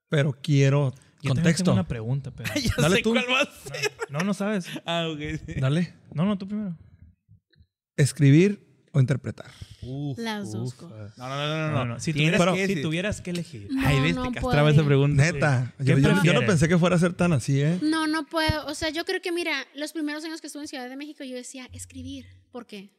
pero quiero
Yo también tengo
contexto.
una pregunta, pero.
Ya
Dale
sé
tú.
cuál va a ser.
No, no sabes.
Ah, ok.
Dale.
No, no, tú primero.
¿Escribir o interpretar?
Uf,
Las dos
uf.
cosas.
No, no, no, no.
No,
no.
no. Si,
Tienes
tuvieras,
que
si
decir-
tuvieras que elegir.
Ay,
No,
ves,
no
te castraba esa
puede.
pregunta.
Neta.
¿Qué
Yo, yo- yo no
prefieres?
pensé que fuera a ser tan así, ¿eh?
No, no puedo. O sea, yo creo que, mira, los primeros años que estuve en Ciudad de México, yo decía, escribir. ¿Por qué?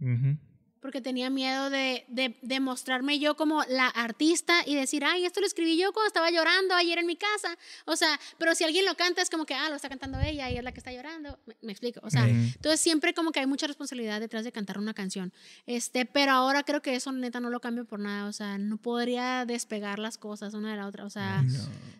Ujú.
porque tenía miedo de, de, de mostrarme yo como la artista y decir, ay, esto lo escribí yo cuando estaba llorando ayer en mi casa. O sea, pero si alguien lo canta es como que, ah, lo está cantando ella y es la que está llorando. Me, me explico. O sea,
Ujú.
entonces siempre como que hay mucha responsabilidad detrás de cantar una canción. Este, pero ahora creo que eso neta no lo cambio por nada. O sea, no podría despegar las cosas una de la otra. O sea,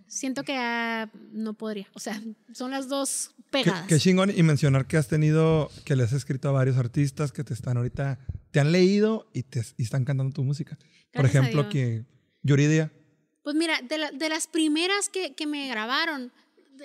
siento que ah, no podría. O sea, son las dos
Qué,
pegadas.
qué chingón. Y mencionar que has tenido, que le has escrito a varios artistas que te están ahorita, te han leído y te y están cantando tu música. Por
Gracias a
ejemplo,
Dios.
que Yuridia.
Pues mira, de, la- de las primeras que, que me grabaron,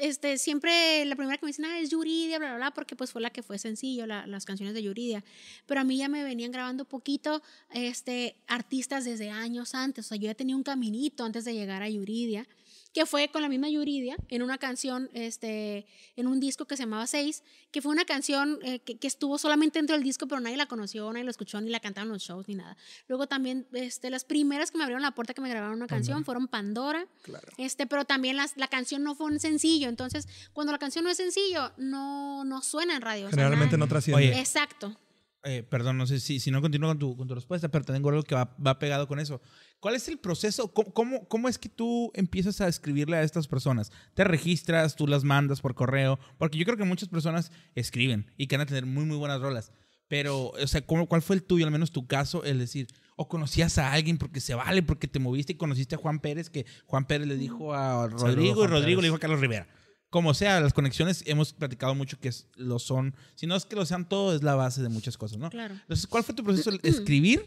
este, siempre la primera que me dicen ah, es Yuridia, bla, bla, bla, porque pues fue la que fue sencillo, la- las canciones de Yuridia. Pero a mí ya me venían grabando poquito este, artistas desde años antes. O sea, yo ya tenía un caminito antes de llegar a Yuridia, que fue con la misma Yuridia en una canción, este, en un disco que se llamaba Seis, que fue una canción eh, que, que estuvo solamente dentro del disco, pero nadie la conoció, nadie lo escuchó, ni la cantaron en los shows, ni nada. Luego también, este, las primeras que me abrieron la puerta que me grabaron una canción fueron Pandora. Este, pero también las, la canción no fue un sencillo. Entonces, cuando la canción no es sencillo, no, no suena en radio. o sea,
Generalmente no
nada-
trasciende.
Oye,
Exacto.
Eh, perdón, no sé si, si no continúo con tu, con tu respuesta, pero tengo algo que va, va pegado con eso. ¿Cuál es el proceso? ¿Cómo, cómo, cómo es que tú empiezas a escribirle a estas personas? ¿Te registras? ¿Tú las mandas por correo? Porque yo creo que muchas personas escriben y que van a tener muy, muy buenas rolas. Pero, o sea, ¿cómo- ¿cuál fue el tuyo, al menos tu caso, el decir, o conocías a alguien porque se vale, porque te moviste y conociste a Juan Pérez, que Juan Pérez le dijo a Rodrigo y
Juan
Rodrigo
Pérez.
le dijo a Carlos Rivera? Como sea, las conexiones hemos platicado mucho que es- lo son. Si no es que lo sean todo, es la base de muchas cosas, ¿no?
Claro.
Entonces, ¿cuál fue tu proceso
Mm.
de escribir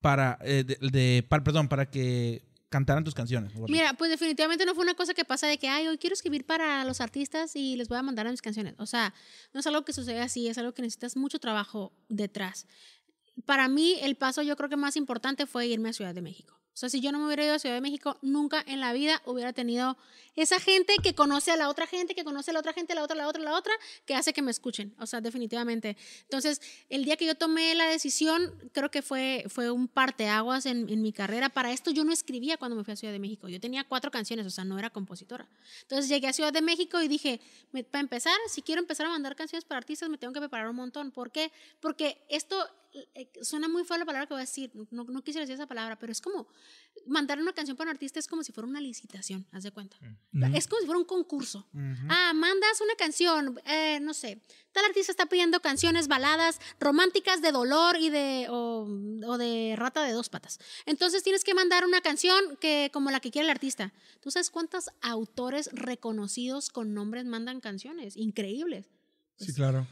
para, eh, de, de- para- perdón, para que cantaran tus canciones?
Mira, pues definitivamente no fue una cosa que pasa de que, ay, hoy quiero escribir para los artistas y les voy a mandar a mis canciones. O sea, no es algo que sucede así, es algo que necesitas mucho trabajo detrás. Para mí, el paso yo creo que más importante fue irme a Ciudad de México. O sea, si yo no me hubiera ido a Ciudad de México, nunca en la vida hubiera tenido esa gente que conoce a la otra gente, que conoce a la otra gente, la otra, la otra, la otra, que hace que me escuchen. O sea, definitivamente. Entonces, el día que yo tomé la decisión, creo que fue, fue un parteaguas en, en mi carrera. Para esto yo no escribía cuando me fui a Ciudad de México. Yo tenía cuatro canciones, o sea, no era compositora. Entonces llegué a Ciudad de México y dije, "Me- para empezar, si quiero empezar a mandar canciones para artistas, me tengo que preparar un montón. ¿Por qué? Porque esto eh, suena muy feo la palabra que voy a decir, no, no quisiera decir esa palabra, pero es como mandar una canción para un artista es como si fuera una licitación, haz de cuenta. Es como si fuera un concurso. Ah, mandas una canción, eh, no sé, tal artista está pidiendo canciones baladas románticas de dolor y de o, o de rata de dos patas. Entonces tienes que mandar una canción que como la que quiere el artista. ¿Tú sabes cuántos autores reconocidos con nombres mandan canciones? Increíbles.
Sí, claro.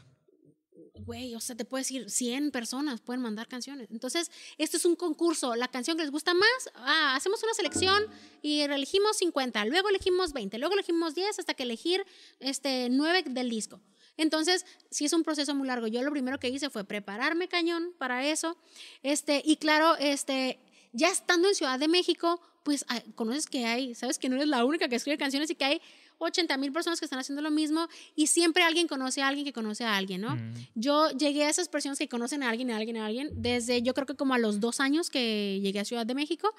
Güey, o sea, te puedes decir 100 personas pueden mandar canciones. Entonces, esto es un concurso. La canción que les gusta más, ah, hacemos una selección y elegimos 50, luego elegimos 20, luego elegimos 10 hasta que elegir este 9 del disco. Entonces, sí es un proceso muy largo. Yo lo primero que hice fue prepararme cañón para eso. Este, y claro, este ya estando en Ciudad de México, pues ah, conoces que hay, sabes que no eres la única que escribe canciones y que hay 80 mil personas que están haciendo lo mismo y siempre alguien conoce a alguien que conoce a alguien, ¿no?
Mm,
Yo llegué a esas personas que conocen a alguien, a alguien, a alguien, desde yo creo que como a los dos años que llegué a Ciudad de México,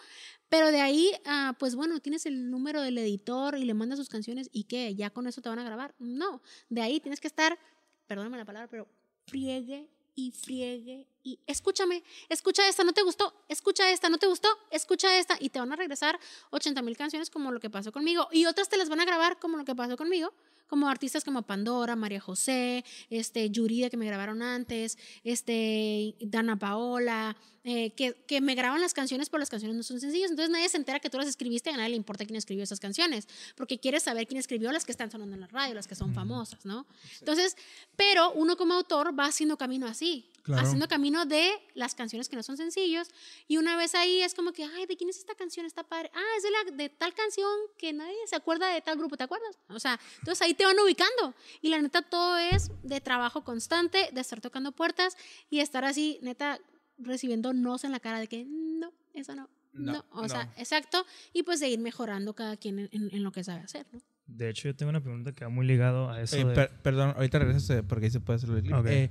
pero de ahí, ah, pues bueno, tienes el número del editor y le mandas sus canciones y qué, ya con eso te van a grabar. No, de ahí tienes que estar, perdóname la palabra, pero friegue y friegue y escúchame, escucha esta, no te gustó, escucha esta, no te gustó, escucha esta y te van a regresar 80 mil canciones como lo que pasó conmigo y otras te las van a grabar como lo que pasó conmigo. Como artistas como Pandora, María José, este, Yuridia que me grabaron antes, este, Dana Paola, eh, que, que me graban las canciones, pero las canciones no son sencillas. Entonces nadie se entera que tú las escribiste y a nadie le importa quién escribió esas canciones, porque quieres saber quién escribió las que están sonando en la radio, las que son famosas, ¿no? Entonces, pero uno como autor va haciendo camino así,
Claro.
haciendo camino de las canciones que no son sencillos. Y una vez ahí es como que, ay, ¿de quién es esta canción? Está padre. Ah, es de, la, de tal canción que nadie se acuerda de tal grupo, ¿te acuerdas? O sea, entonces ahí te van ubicando. Y la neta, todo es de trabajo constante, de estar tocando puertas y estar así, neta, recibiendo nos en la cara de que no, eso no. No,
No,
o sea,
no.
exacto. Y pues de ir mejorando cada quien en, en- en lo que sabe hacer, ¿no?
De hecho, yo tengo una pregunta que va muy ligado a eso.
Eh,
de-
per- perdón, ahorita regresas eh, porque ahí se puede hacerlo. el clip.
Ok.
Eh,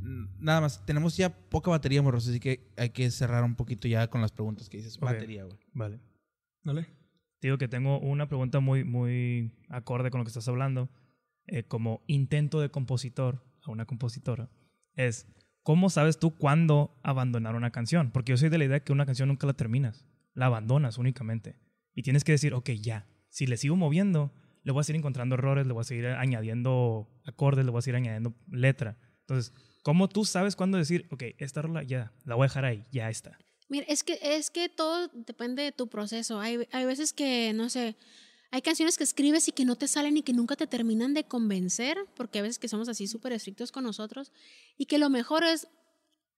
n- nada más, tenemos ya poca batería, morros, así que hay que cerrar un poquito ya con las preguntas que dices.
Ok.
Batería, güey.
Vale.
Dale.
Te digo que tengo una pregunta muy, muy acorde con lo que estás hablando. eh, como intento de compositor a una compositora, es ¿cómo sabes tú cuándo abandonar una canción? Porque yo soy de la idea que una canción nunca la terminas, la abandonas únicamente. Y tienes que decir, ok, ya, si le sigo moviendo, le voy a seguir encontrando errores, le voy a seguir añadiendo acordes, le voy a seguir añadiendo letra. Entonces, ¿cómo tú sabes cuándo decir, ok, esta rola ya, la voy a dejar ahí, ya está?
Mira, es que, es que todo depende de tu proceso. Hay, hay veces que, no sé, hay canciones que escribes y que no te salen y que nunca te terminan de convencer, porque a veces que somos así súper estrictos con nosotros, y que lo mejor es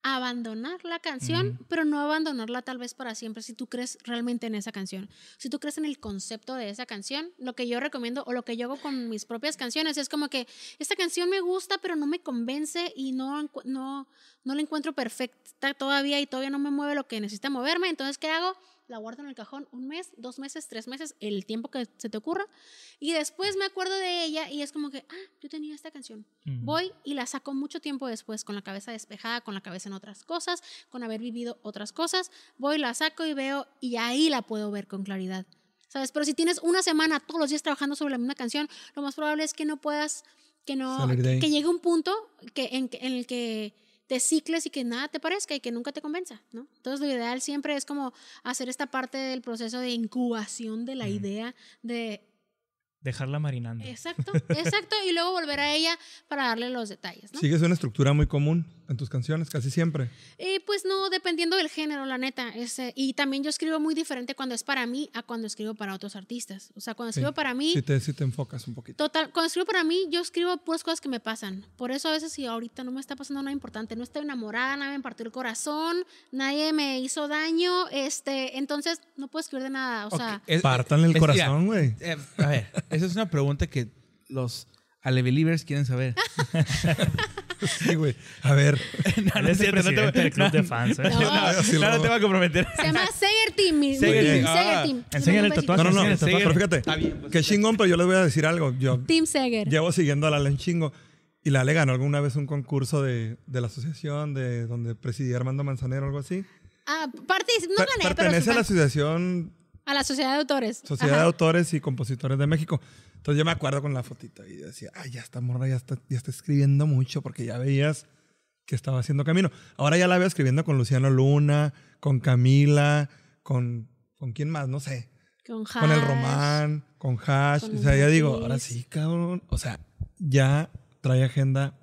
abandonar la canción,
Ujú.
pero no abandonarla tal vez para siempre si tú crees realmente en esa canción. Si tú crees en el concepto de esa canción, lo que yo recomiendo o lo que yo hago con mis propias canciones es como que esta canción me gusta, pero no me convence y no encu- no no la encuentro perfecta todavía y todavía no me mueve lo que necesita moverme, entonces ¿qué hago? La guardo en el cajón un mes, dos meses, tres meses, el tiempo que se te ocurra. Y después me acuerdo de ella y es como que, ah, yo tenía esta canción.
Ujú.
Voy y la saco mucho tiempo después, con la cabeza despejada, con la cabeza en otras cosas, con haber vivido otras cosas. Voy, la saco y veo, y ahí la puedo ver con claridad. ¿Sabes? Pero si tienes una semana todos los días trabajando sobre la misma canción, lo más probable es que no puedas, que no,
Salir de ahí.
que llegue un punto que, en, que- en el que te cicles y que nada te parezca y que nunca te convenza, ¿no? Entonces lo ideal siempre es como hacer esta parte del proceso de incubación de la
Ujú.
idea, de
Dejarla marinando.
Exacto, exacto. Y luego volver a ella para darle los detalles, ¿no?
Sigues una estructura muy común en tus canciones, casi siempre.
Eh, pues no, dependiendo del género, la neta. Este, y también yo escribo muy diferente cuando es para mí a cuando escribo para otros artistas. O sea, cuando escribo
Sí,
para mí,
Si te, si te enfocas un poquito.
total, cuando escribo para mí, yo escribo puras cosas que me pasan. Por eso a veces si ahorita no me está pasando nada importante, no estoy enamorada, nadie me partió el corazón, nadie me hizo daño, este, entonces no puedo escribir de nada. O sea,
Ok, es-
Pártanle el
es-
corazón,
mira,
güey.
eh, a ver, esa es una pregunta que los Alebelievers quieren saber.
Sí, güey. A ver,
no,
Él es el presidente del club de fans. ¿eh?
No.
No,
Sí,
no,
lo-
no te va a comprometer.
se llama Segerteam, mi,
Seger
mi
Team.
team, Seger
Ah.
Team.
Enséñale el
Un besito.
tatuaje.
No, no, no.
Sí,
Pero
Seger.
fíjate,
Está bien, pues,
qué chingón, pero yo les voy a decir algo. Yo
Team Seger.
llevo siguiendo a la Ale un chingo. Y la Ale ganó alguna vez un concurso de, de la asociación de donde presidía Armando Manzanero o algo así.
Ah, parte,
Per-
no gané, pero
pertenece a la
supongo-
asociación
A la Sociedad de Autores.
Sociedad de
Ajá.
Autores y Compositores de México. Entonces yo me acuerdo con la fotito y decía, ay, ya está morra, ya está, ya está escribiendo mucho porque ya veías que estaba haciendo camino. Ahora ya la veo escribiendo con Luciano Luna, con Camila, con, con quién más, no sé.
Con,
Con el
Hash.
Román, con Hash.
Con
o sea, ya digo,
Luis.
ahora sí, cabrón. O sea, ya trae agenda.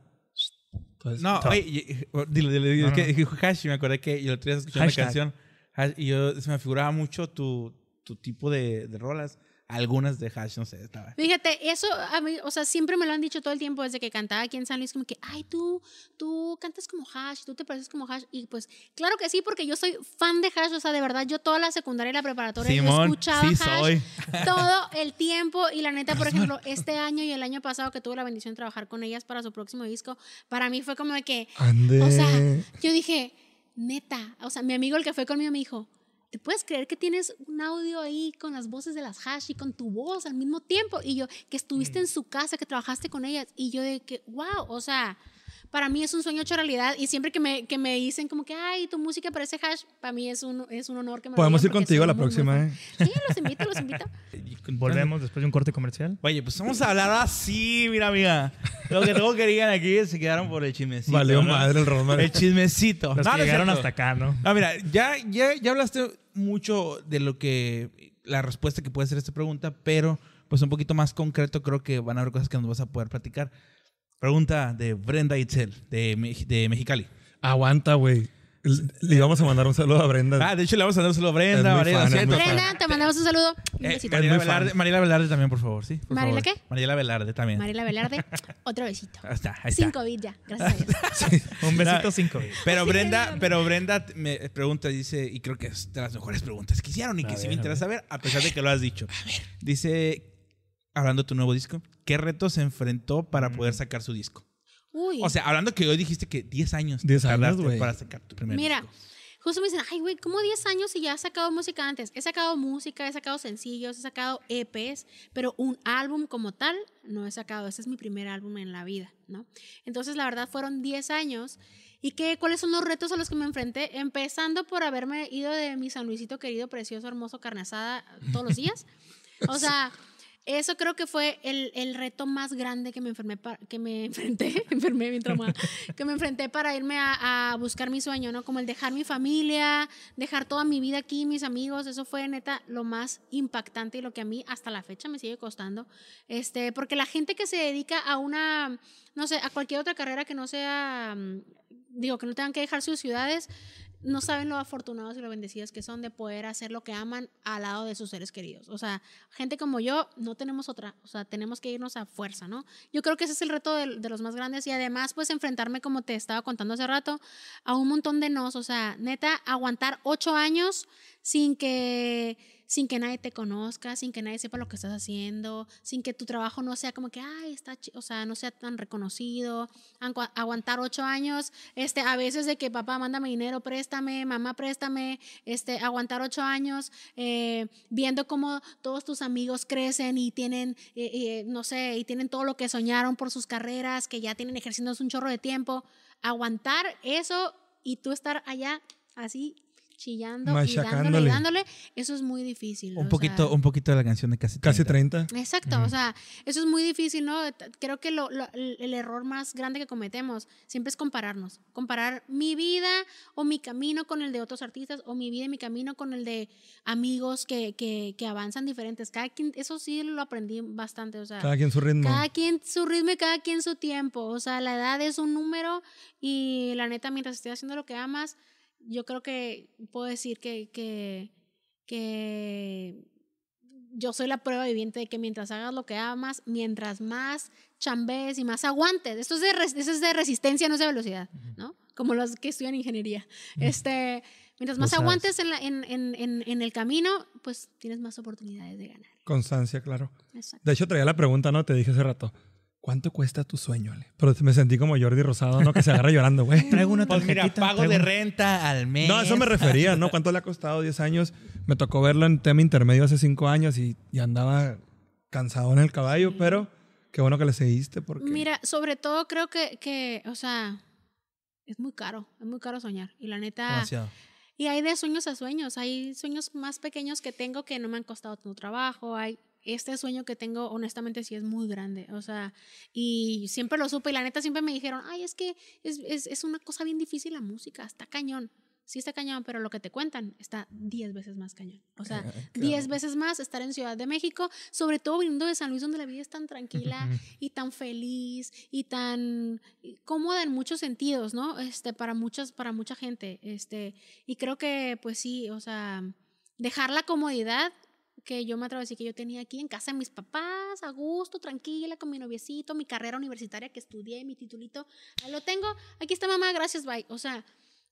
Entonces,
No, oye, y- y- dile, dile, dile,
No,
es que
no.
dijo hash y me acordé que yo el otro día escuchando la
Hashtag.
canción hash, y yo se me figuraba mucho tu, tu tipo de, de rolas. Algunas de hash, no sé, estaba.
Fíjate, eso a mí, o sea, siempre me lo han dicho todo el tiempo desde que cantaba aquí en San Luis, como que, ay, tú, tú cantas como Hash, tú te pareces como Hash. Y pues, claro que sí, porque yo soy fan de Hash, o sea, de verdad, yo toda la secundaria y la preparatoria yo
Simón,
escuchaba
sí
Hash
soy.
todo el tiempo. Y la neta, por ejemplo, este año y el año pasado que tuve la bendición de trabajar con ellas para su próximo disco, para mí fue como de que,
ande.
O sea, yo dije, neta, o sea, mi amigo el que fue conmigo me dijo, ¿te puedes creer que tienes un audio ahí con las voces de las hash y con tu voz al mismo tiempo? Y yo, que estuviste en
Mm.
su casa, que trabajaste con ellas. Y yo de que, wow, o sea, para mí es un sueño hecho realidad. Y siempre que me, que me dicen como que, ay, tu música parece hash, para mí es un, es un honor que me lo
Podemos
digan
ir
porque
contigo a
soy
la
muy, muy
próxima,
fan.
¿eh?
Sí, los invito, los invito.
Y con-
Volvemos después de un corte comercial.
Oye, pues vamos a hablar así, mira, amiga. Lo que tengo que digan aquí se quedaron por el chismecito.
Valió
¿no?
madre el Román.
El chismecito.
Los
No,
que
no es
llegaron
cierto.
hasta acá, ¿no?
Ah, mira, ya, ya, ya hablaste mucho de lo que. La respuesta que puede ser esta pregunta, pero pues un poquito más concreto, creo que van a haber cosas que nos vas a poder platicar. Pregunta de Brenda Itzel, de, Mex- de Mexicali.
Eh, Aguanta, güey. Le le íbamos a mandar un saludo a Brenda.
Ah, de hecho le vamos a dar un saludo a Brenda,
Es muy
Mariela,
fan, es
¿cierto?
muy fan.
Brenda, te mandamos un saludo. Un
Eh,
besito.
Mariela,
Es muy fan.
Velarde, Mariela Velarde también, por favor, ¿sí? Por
¿Mariela
favor.
qué?
Mariela Velarde también.
Mariela Velarde, otro besito.
Ahí está, ahí está.
Sin COVID ya, gracias a Dios.
Un
No.
besito cinco.
Pero
Así que
Brenda,
dígame.
pero Brenda me pregunta, dice, y creo que es de las mejores preguntas que hicieron y que
A
sí
ver,
me
a
interesa saber, a pesar de que lo has dicho. Dice, hablando de tu nuevo disco, ¿qué retos se enfrentó para poder sacar su disco?
Uy.
O sea, hablando que hoy dijiste que 10 años
10 años,
tardaste
güey.
para sacar tu primer
Mira,
disco.
justo me dicen, ay, güey, ¿cómo 10 años y ya has sacado música antes? He sacado música, he sacado sencillos, he sacado EPs, pero un álbum como tal no he sacado. Este es mi primer álbum en la vida, ¿no? Entonces, la verdad, fueron 10 años. ¿Y qué, cuáles son los retos a los que me enfrenté? Empezando por haberme ido de mi San Luisito querido, precioso, hermoso, carne asada todos los días. O sea, Eso creo que fue el, el reto más grande que me enfermé, pa- que me enfrenté, enfermé bien traumada, que me enfrenté para irme a, a buscar mi sueño, ¿no? Como el dejar mi familia, dejar toda mi vida aquí, mis amigos, eso fue neta lo más impactante y lo que a mí hasta la fecha me sigue costando, este, porque la gente que se dedica a una, no sé, a cualquier otra carrera que no sea, mm, digo, que no tengan que dejar sus ciudades, no saben lo afortunados y lo bendecidas que son de poder hacer lo que aman al lado de sus seres queridos. O sea, gente como yo no tenemos otra, o sea, tenemos que irnos a fuerza, ¿no? Yo creo que ese es el reto del- de, los más grandes y además pues enfrentarme, como te estaba contando hace rato, a un montón de nos, o sea, neta, aguantar ocho años sin que sin que nadie te conozca, sin que nadie sepa lo que estás haciendo, sin que tu trabajo no sea como que, ay, está, chi-", o sea, no sea tan reconocido, Ancu- aguantar ocho años, este, a veces de que papá, mándame dinero, préstame, mamá, préstame, este, aguantar ocho años, eh, viendo cómo todos tus amigos crecen y tienen, eh, eh, no sé, y tienen todo lo que soñaron por sus carreras, que ya tienen ejerciendo un chorro de tiempo, aguantar eso y tú estar allá así chillando y dándole, y
Machacándole.
dándole, eso es muy difícil.
Un
o
poquito,
sea.
un poquito de la canción de casi
Casi
30.
30.
Exacto, o sea, eso es muy difícil, ¿no? T- Creo que lo- lo- el error más grande que cometemos siempre es compararnos, comparar mi vida o mi camino con el de otros artistas o mi vida y mi camino con el de amigos que, que, que avanzan diferentes. Cada quien, eso sí lo aprendí bastante, o sea,
Cada quien su ritmo.
cada quien su ritmo y cada quien su tiempo. O sea, la edad es un número y la neta, mientras estés haciendo lo que amas, yo creo que puedo decir que, que, que yo soy la prueba viviente de que mientras hagas lo que amas, mientras más chambees y más aguantes, esto es de, res- eso es de resistencia, no es de velocidad, ¿no? Como los que estudian ingeniería. Este, mientras
Lo
más
sabes.
aguantes en, la- en, en, en, en el camino, pues tienes más oportunidades de ganar.
Constancia, claro.
Exacto.
De hecho, traía la pregunta, ¿no? Te dije hace rato. ¿Cuánto cuesta tu sueño, Ale? Pero me sentí como Jordi Rosado, ¿no? Que se agarra llorando, güey.
Traigo una
Pues
tarjetita.
mira, pago
traigo
de
una-
renta al mes.
No, a eso me refería, ¿no? ¿Cuánto le ha costado 10 años? Me tocó verlo en tema intermedio hace 5 años y, y andaba cansado en el caballo, pero qué bueno que le seguiste porque...
Mira, sobre todo creo que, que, o sea, es muy caro, es muy caro soñar. Y la neta,
Demasiado.
y hay de sueños a sueños, hay sueños más pequeños que tengo que no me han costado tanto trabajo, hay este sueño que tengo honestamente sí es muy grande, o sea, y siempre lo supe y la neta siempre me dijeron, ay, es que es, es, es una cosa bien difícil la música, está cañón. Sí está cañón, pero lo que te cuentan está 10 veces más cañón. O sea,
Ah, Eh,
10 veces más estar en Ciudad de México, sobre todo viniendo de San Luis, donde la vida es tan tranquila y tan feliz y tan cómoda en muchos sentidos, ¿no? Este, para, muchas, para mucha gente. Este, y creo que, pues sí, o sea, dejar la comodidad que yo me atrevo a decir que yo tenía aquí en casa de mis papás, a gusto, tranquila, con mi noviecito, mi carrera universitaria que estudié, mi titulito, ahí lo tengo, aquí está mamá, gracias, bye. O sea,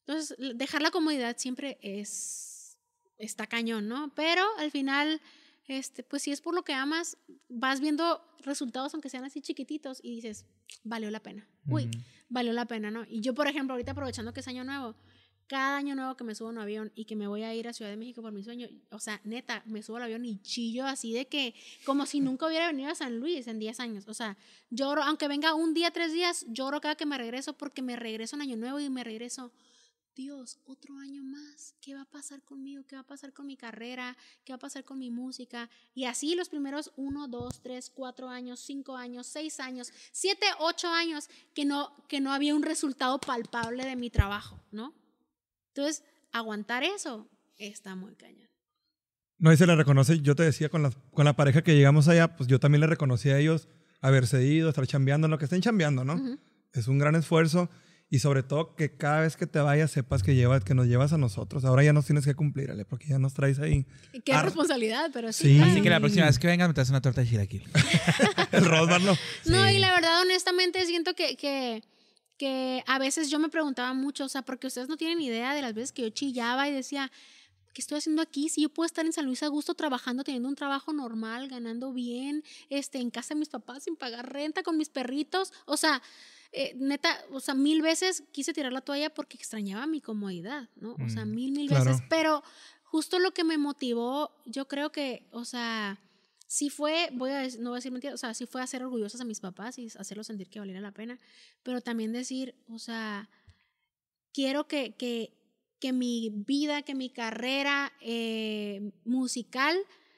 entonces l- dejar la comodidad siempre es, está cañón, ¿no? Pero al final, este, pues si es por lo que amas, vas viendo resultados aunque sean así chiquititos y dices, valió la pena. Uy,
Ujú.
valió la pena, ¿no? Y yo, por ejemplo, ahorita aprovechando que es año nuevo, cada año nuevo que me subo a un avión y que me voy a ir a Ciudad de México por mi sueño, o sea, neta, me subo al avión y chillo así de que, como si nunca hubiera venido a San Luis en 10 años. O sea, lloro, aunque venga un día, tres días, lloro cada que me regreso porque me regreso en año nuevo y me regreso. Dios, otro año más, ¿qué va a pasar conmigo? ¿Qué va a pasar con mi carrera? ¿Qué va a pasar con mi música? Y así los primeros uno, dos, tres, cuatro años, cinco años, seis años, siete, ocho años que no, que no había un resultado palpable de mi trabajo, ¿no? Entonces, aguantar eso está muy cañón.
No, y se le reconoce, yo te decía, con la, con la pareja que llegamos allá, pues yo también le reconocí a ellos haber cedido, estar chambeando, en lo que estén chambeando, ¿no?
Ujú.
Es un gran esfuerzo y sobre todo que cada vez que te vayas sepas que, llevas, que nos llevas a nosotros. Ahora ya nos tienes que cumplir, Ale, porque ya nos traes ahí
Qué
Ar-
responsabilidad, pero sí.
Sí.
claro.
Así que la próxima vez que vengas me traes una torta de chilaquil.
el Rosmar, ¿no?
No,
Sí.
y la verdad, honestamente, siento que, que, que a veces yo me preguntaba mucho, o sea, porque ustedes no tienen idea de las veces que yo chillaba y decía, ¿qué estoy haciendo aquí? Si yo puedo estar en San Luis a gusto trabajando, teniendo un trabajo normal, ganando bien, este, en casa de mis papás, sin pagar renta, con mis perritos, o sea... eh, neta, o sea, mil veces quise tirar la toalla porque extrañaba mi comodidad, ¿no? O sea,
Mm,
mil, mil
claro.
veces. Pero justo lo que me motivó, yo creo que, o sea, sí fue, voy a, dec- no voy a decir mentira, o sea, sí fue hacer orgullosos a mis papás y hacerlos sentir que valiera la pena, pero también decir, o sea, quiero que, que, que mi vida, que mi carrera eh, musical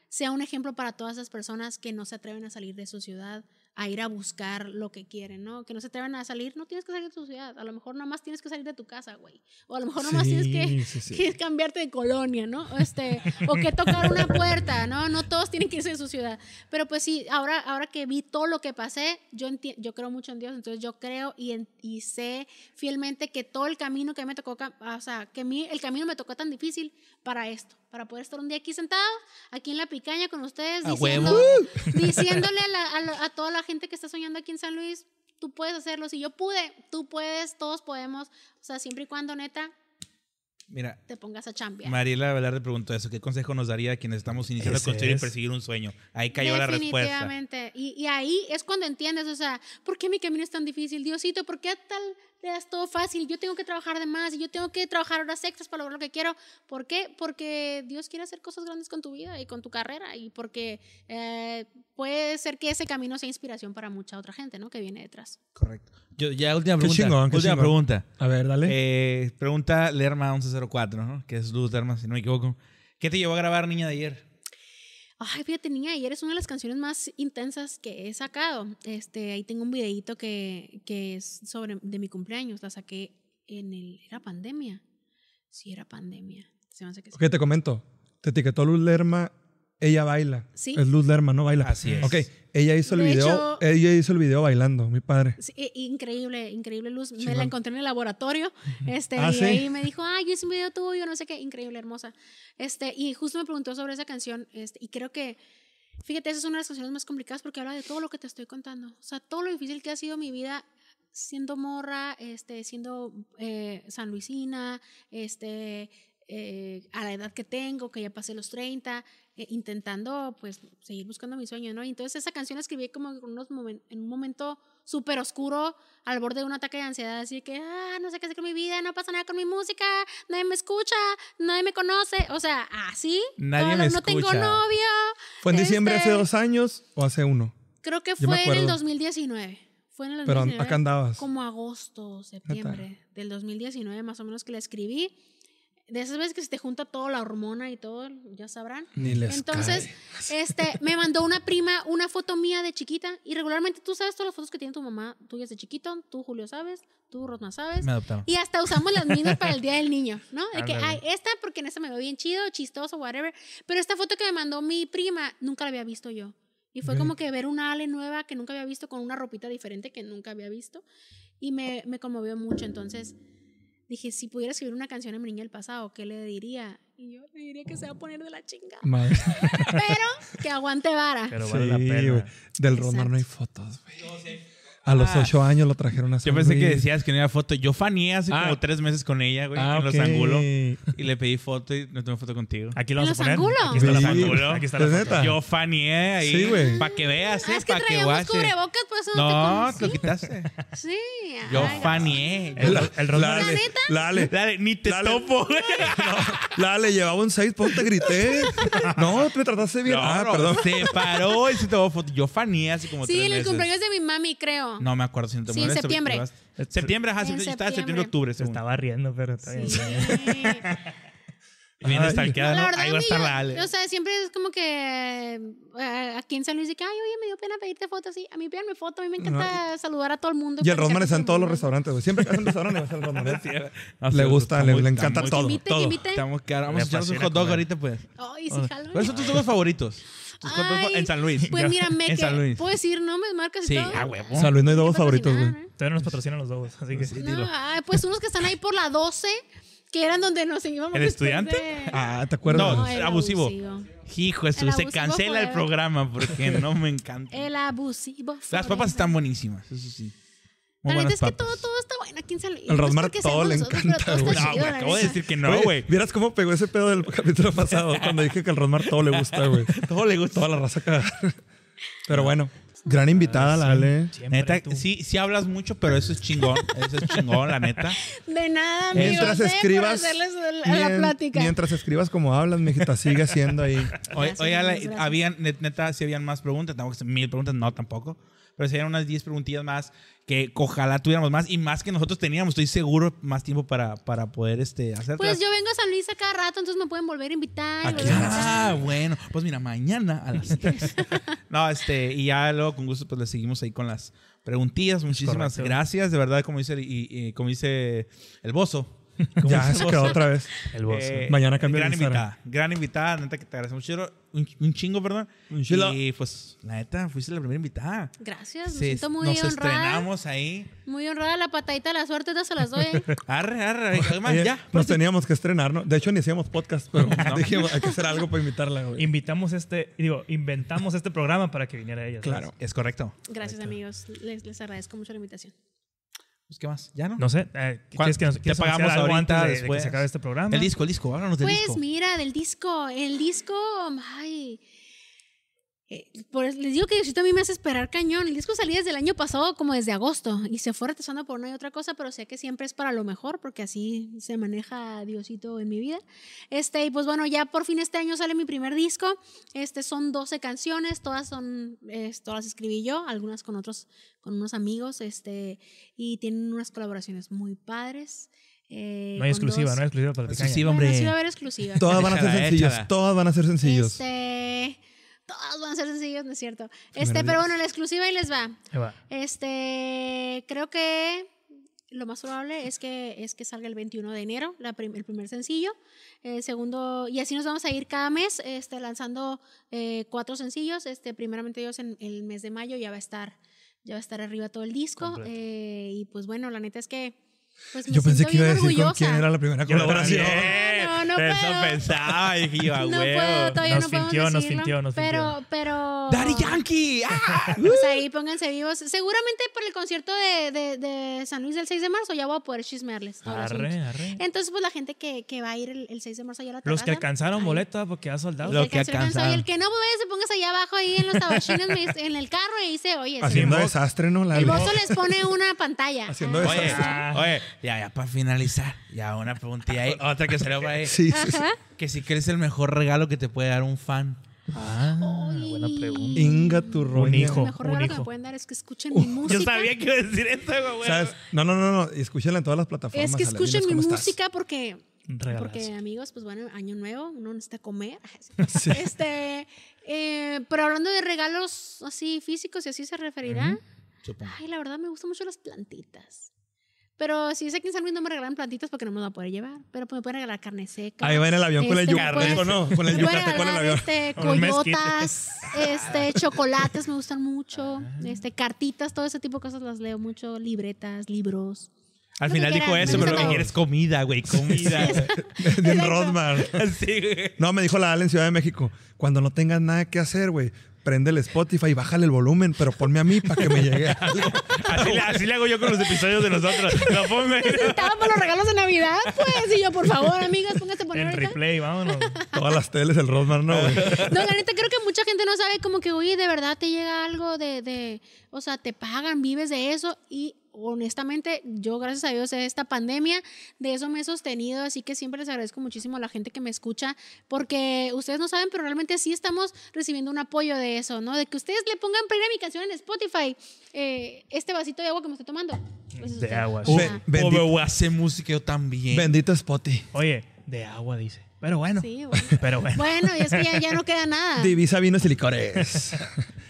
sea un ejemplo para todas esas personas que no se atreven a salir de su ciudad, a ir a buscar lo que quieren, ¿no? Que no se atreven a salir, no tienes que salir de tu ciudad, a lo mejor nomás tienes que salir de tu casa, güey. O a lo mejor nomás
Sí,
tienes que,
sí, sí.
que cambiarte de colonia, ¿no? Este, o que tocar una puerta, ¿no? No todos tienen que irse de su ciudad. Pero pues sí, ahora, ahora que vi todo lo que pasé, yo, enti- yo creo mucho en Dios, entonces yo creo y, en- y sé fielmente que todo el camino que me tocó, cam- o sea, que mi, el camino me tocó tan difícil para esto, para poder estar un día aquí sentado, aquí en la picaña con ustedes,
A
diciendo,
huevo.
diciéndole a, la- a la- a toda la gente que está soñando aquí en San Luis, tú puedes hacerlo, si yo pude, tú puedes, todos podemos, o sea, siempre y cuando neta
Mira,
te pongas a chambear.
Mariela Velarde preguntó eso. ¿Qué consejo nos daría a quienes estamos iniciando a
Ese
construir y
es.
perseguir un sueño? Ahí cayó la respuesta.
Definitivamente. Y, y ahí es cuando entiendes, o sea, ¿por qué mi camino es tan difícil? Diosito, ¿por qué a tal le das todo fácil? Yo tengo que trabajar de más y yo tengo que trabajar horas extras para lograr lo que quiero. ¿Por qué? Porque Dios quiere hacer cosas grandes con tu vida y con tu carrera y porque eh, puede ser que ese camino sea inspiración para mucha otra gente, ¿no? Que viene detrás.
Correcto. Yo, ya última
Qué
pregunta.
chingón, qué
última
chingón.
pregunta.
A ver, dale.
Eh, pregunta Lerma 1104, ¿no? que es Luz Lerma, si no me equivoco. ¿Qué te llevó a grabar Niña de ayer?
Ay, fíjate, niña, ayer es una de las canciones más intensas que he sacado. Este, ahí tengo un videíto que, que es sobre de mi cumpleaños. La saqué en el. ¿Era pandemia? Sí, era pandemia. Se me hace que sí.
ok, te comento. Te etiquetó Luz Lerma. Ella baila.
Sí.
Es Luz Lerma, no baila.
Así es.
Ok, ella hizo el
De
video.
hecho-
ella hizo el video bailando, mi padre.
Sí, e- increíble, increíble luz. Me la
Chingón.
encontré en el laboratorio. Este,
Ah,
y
¿sí?
ahí me dijo, ay, yo hice un video tuyo, no sé qué, increíble, hermosa. Este, y justo me preguntó sobre esa canción. Este, y creo que, fíjate, esa es una de las canciones más complicadas porque habla de todo lo que te estoy contando. O sea, todo lo difícil que ha sido mi vida siendo morra, este, siendo eh, sanluisina, este, eh, a la edad que tengo, que ya pasé los 30, eh, intentando pues seguir buscando mi sueño, ¿no? Y entonces esa canción la escribí como en, unos momen- en un momento súper oscuro, al borde de un ataque de ansiedad, así que, ah, no sé qué hacer con mi vida, no pasa nada con mi música, nadie me escucha, nadie me conoce, o sea, así,
Nadie me
no tengo
escucha.
novio,
¿Fue en
Este-
diciembre hace dos años o hace uno?
creo que
Yo me
fue en el
acuerdo.
2019. Fue en el
Pero
2019.
acá andabas.
Como agosto, septiembre del 2019, más o menos que la escribí. De esas veces que se te junta toda la hormona y todo, ya sabrán.
Ni les
Entonces,
cae.
este, me mandó una prima una foto mía de chiquita. Y regularmente tú sabes todas las fotos que tiene tu mamá, tuyas de chiquito, tú Julio sabes, tú Rosma sabes.
Me adoptaron.
Y hasta usamos las mismas para el día del niño, ¿no? De que, ay,
Ándale.
esta porque en esta me veo bien chido, chistoso, whatever. Pero esta foto que me mandó mi prima, nunca la había visto yo. Y fue
Ve.
como que ver una Ale nueva que nunca había visto, con una ropita diferente que nunca había visto. Y me, me conmovió mucho. Entonces dije, si pudiera escribir una canción a mi niña del pasado, ¿qué le diría? Y yo le diría que se va a poner de la chinga.
Madre.
Pero que aguante vara.
Pero
Sí,
vale la pena.
güey. Del Rosmar no hay fotos, güey. A los
Ah.
ocho años lo trajeron a
Yo
San
pensé que
Luis.
decías que no era foto. Yo faneé hace
Ah.
como tres meses con ella, güey,
Ah,
en
ok.
Los Angulo. Y le pedí foto y no tomé foto contigo.
Aquí lo vamos a
¿Los
poner.
Angulo?
Aquí está
Sí.
la foto. Aquí está la
¿Es
foto.
neta?
Yo faneé ahí.
Sí, güey.
Para que veas,
Ah,
¿eh?
es que
Para que
traíamos
guaches.
cubrebocas, pues, por eso no,
No, te lo
te conocí.
quitaste.
Sí.
Yo
ay,
faneé.
El- el Rosmar-
¿La
Lale,
neta?
Lale,
Dale, ni te
Dale.
topo, güey.
Lale, llevaba un 6, pues te grité. No, te me trataste bien.
No,
ah,
no,
perdón.
Se paró y se tomó foto. Yo faneé así como
Sí,
tres
en el
meses.
cumpleaños de mi mami, creo.
No me acuerdo si no te
Sí, en
molesta, pero
septiembre.
llevaste- Septiembre, ajá.
En
septiembre, yo estaba en septiembre,
septiembre.
octubre.
Se
según.
estaba riendo, pero está bien.
Sí.
Bien
Ay.
estalqueada,
La
¿no?
verdad,
Ahí va a
a mí
estar
yo-
la Ale.
O sea, siempre es como que eh, aquí en San Luis de que, ay, oye, me dio pena pedirte fotos. Sí, a mí pídanme foto. A mí me encanta saludar a todo el mundo.
Y el Rosmar
platicar
está
con
en todos
todo el
los
mundo.
restaurantes, güey. Siempre que hacen restaurante, va a ser el Rosmar.
No,
Le
sí,
gusta,
está
le,
muy-
le
está
encanta
muy-
todo.
invite, que
todo.
invite.
Estamos caros. Vamos
Le
a echarnos un
fascina
hot dog
comer.
ahorita, pues.
Ay, sí, jalo.
¿Cuáles son tus dos favoritos? Tus hot dogs
Ay,
en San Luis.
Pues mira, me
En San
que,
Luis.
puedo decir nombres, marcas y
Sí, ah,
todo.
a huevo.
San Luis no hay
Hay
dos
que
favoritos,
patrocinar,
güey.
¿eh?
Todavía no nos patrocinan los dos, así que
Sí,
No,
dilo.
ay, pues unos que están ahí por la 12, que eran donde nos íbamos.
¿El
después
estudiante?
de-
Ah, ¿te acuerdas?
No,
No, el
abusivo.
abusivo.
Hijo, eso,
El
se
abusivo
cancela el
forever.
programa porque no me encanta.
El abusivo.
Las
forever.
papas están buenísimas, eso sí. Muy
La neta
buenas
es que
papas.
todo, todo está bueno aquí en San Luis.
Al Rosmar
porque
todo
seamos
le
nosotros,
encanta,
pero todo está
No, güey,
chido, Pues la
acabo de
neta.
decir que no, güey.
Vieras cómo pegó ese pedo del capítulo pasado cuando dije que al Rosmar todo le gusta, güey.
Todo le gusta.
Toda la raza acá. Pero bueno, gran invitada, Lale.
siempre
Neta,
tú.
sí, sí hablas mucho, pero eso es chingón. Eso es chingón, la neta.
De nada, amigos.
Mientras
eh,
escribas.
Por hacerles la- la
mien-
plática.
Mientras escribas como hablas, mijita, sigue haciendo ahí.
Oye,
Gracias,
oye, Ale,
gracias.
habían, net- neta, si habían más preguntas. Tampoco que ser mil preguntas, no, tampoco. pero serían unas 10 preguntillas más que ojalá tuviéramos más y más que nosotros teníamos, estoy seguro, más tiempo para, para poder este, hacer
Pues yo vengo a San Luis a cada rato, entonces me pueden volver a invitar.
Aquí.
volver a invitar.
Ah, bueno. Pues mira, mañana a las 3. no, este, y ya luego con gusto pues le seguimos ahí con las preguntillas. Muchísimas
correcto.
gracias, de verdad, como dice, el- y, y- como dice el bozo. Como
Ya
dice el
es que
bozo,
otra vez.
El bozo.
eh,
Mañana cambia
Gran
el Instagram.
invitada, gran invitada, neta que te agradezco un chilo- un, un chingo, perdón.
Un chilo.
Y pues, la neta, fuiste la primera invitada.
Gracias, me
Se-
siento muy
nos
honrada.
estrenamos ahí.
Muy honrada, la patadita de la suerte no se las doy. ¿eh?
Arre, arre, oye, man,
Oye,
ya.
Nos teníamos que estrenar, ¿no? De hecho, ni hacíamos podcast, pero dijimos, hay que hacer algo para invitarla, güey.
Invitamos este, digo, inventamos este programa para que viniera ella. ¿sabes?
Claro.
Es correcto.
Gracias, amigos. Les, les agradezco mucho la invitación.
Pues, ¿Qué más? ¿Ya no?
No sé, eh, ¿quieres que nos
Te
quieres
pagamos
anunciar algo antes
ahorita,
de- de, que
después.
se acabe este programa?
El disco, el disco, háblanos del
Pues
disco.
mira, del disco. El disco, ay. Eh, por eso les digo que Diosito a mí me hace esperar cañón. El disco salía desde el año pasado, como desde agosto, y se fue retrasando por una y otra cosa, pero sé que siempre es para lo mejor, porque así se maneja Diosito en mi vida. Este, y pues bueno, ya por fin este año sale mi primer disco. Este, son 12 canciones, todas son, eh, todas las escribí yo, algunas con otros, con unos amigos, este, y tienen unas colaboraciones muy padres. eh,
no hay
con
exclusiva,
dos-
no hay exclusiva para Picaña.
Exclusiva.
bueno,
hombre.
sí va a haber exclusiva.
Todas van a ser
Échala,
sencillos.
échala.
Todas van a ser sencillos.
Este, todas van a ser sencillos, no es cierto. Este,
Primero
pero
Dios.
bueno, la exclusiva ahí les va.
Ahí va.
Este, creo que lo más probable es que, es que salga el 21 de enero, la prim- el primer sencillo. El segundo, y así nos vamos a ir cada mes este, lanzando eh, cuatro sencillos. Este, primeramente Dios, en el mes de mayo ya va a estar, ya va a estar arriba todo el disco.
Completo.
Eh, y pues bueno, la neta es que... Pues me
Yo pensé
siento
que iba a
bien
decir con quién
orgullosa.
era la primera
Yo
colaboración.
también.
No, no
Eh, Eso
puedo.
pensaba, dije yo, a
No
huevo.
puedo, todavía
Nos
no podemos
fintió, nos
decirlo,
fintió, nos
pero,
fintió.
pero...
¡Daddy Yankee! ¡Ah!
Pues ahí pónganse vivos. Seguramente para el concierto de, de- de San Luis del 6 de marzo ya voy a poder chismearles. todo el
Arre,
asunto.
arre.
Entonces, pues la gente que, que va a ir el, el 6 de marzo allá a la
Los que
terraza,
alcanzaron
ahí.
boleta porque ha soldado.
Lo
el
que
que alcanzó. Y
alcanzaron.
el que no, pues vaya, se pongas allá abajo ahí en los tabachines me- en el carro y dice, oye,
Haciendo
Sí, el
desastre, ¿no? La-
el bolso les pone una pantalla.
Haciendo
Ah,
eso.
Oye,
Ah.
oye, ya, ya para finalizar, ya una pregunta y ahí, otra que salió para ahí.
Sí, sí, sí.
Ajá.
Que si crees el mejor regalo que te puede dar un fan.
Ah, buena
Ay.
pregunta.
Inga tu roña.
hijo.
El mejor
Un
regalo que
hijo.
me pueden dar es que escuchen mi música.
Yo sabía que iba a decir eso, güey.
¿Sabes? No, no, no, no. Escúchenla en todas las plataformas.
Es que
Ale,
escuchen
dinos
mi
cómo estás.
música porque,
Regalazo.
porque amigos, pues bueno, año nuevo, uno necesita comer.
Sí.
Este, eh, pero hablando de regalos así físicos, y así se referirá,
Supongo.
ay, la verdad me gustan mucho las plantitas. Pero si sé que en San Luis no me regalan plantitas porque no me las voy a poder llevar, pero me pueden regalar carne seca.
Ahí va en el avión con el
Este, me
yucateco,
pueden-
¿no? Con el
me pueden
yucateco en el
regalar,
avión.
este,
Con un mezquite.
coyotas, este, chocolates me gustan mucho,
Ah.
este, cartitas, todo ese tipo de cosas las leo mucho, libretas, libros.
Al
Lo
final
que
dijo
quieras,
eso,
me
pero lo
gusta
que
todo.
quieres es comida, güey. Comida.
Bien
Exacto.
Rodman.
Sí, güey.
No, me dijo la Ale en Ciudad de México. Cuando no tengas nada que hacer, güey, prende el Spotify y bájale el volumen, pero ponme a mí para que me llegue algo.
Así, le- así le hago yo con los episodios de nosotros. Lo pongo ahí.
Estábamos los regalos de Navidad, pues. Y yo, por favor, amigas, pónganse a poner
En
ahorita.
replay, vámonos.
Todas las teles, el Rodman, ¿no, güey?
No, la neta, creo que mucha gente no sabe como que, oye, de verdad te llega algo de, de o sea, te pagan, vives de eso. Y honestamente, yo, gracias a Dios, de esta pandemia, de eso me he sostenido. Así que siempre les agradezco muchísimo a la gente que me escucha, porque ustedes no saben, pero realmente sí estamos recibiendo un apoyo de eso, ¿no? De que ustedes le pongan play a mi canción en Spotify. eh, este vasito de agua que me estoy tomando. pues, es
De
usted.
agua,
O
sí.
sea,
Bendito.
Oh, güey, hace música yo también.
Bendito Spotify.
Oye, de agua dice. Pero bueno.
Sí, bueno.
Pero bueno.
Bueno, y es que ya, ya no queda nada.
Divisa vinos y licores.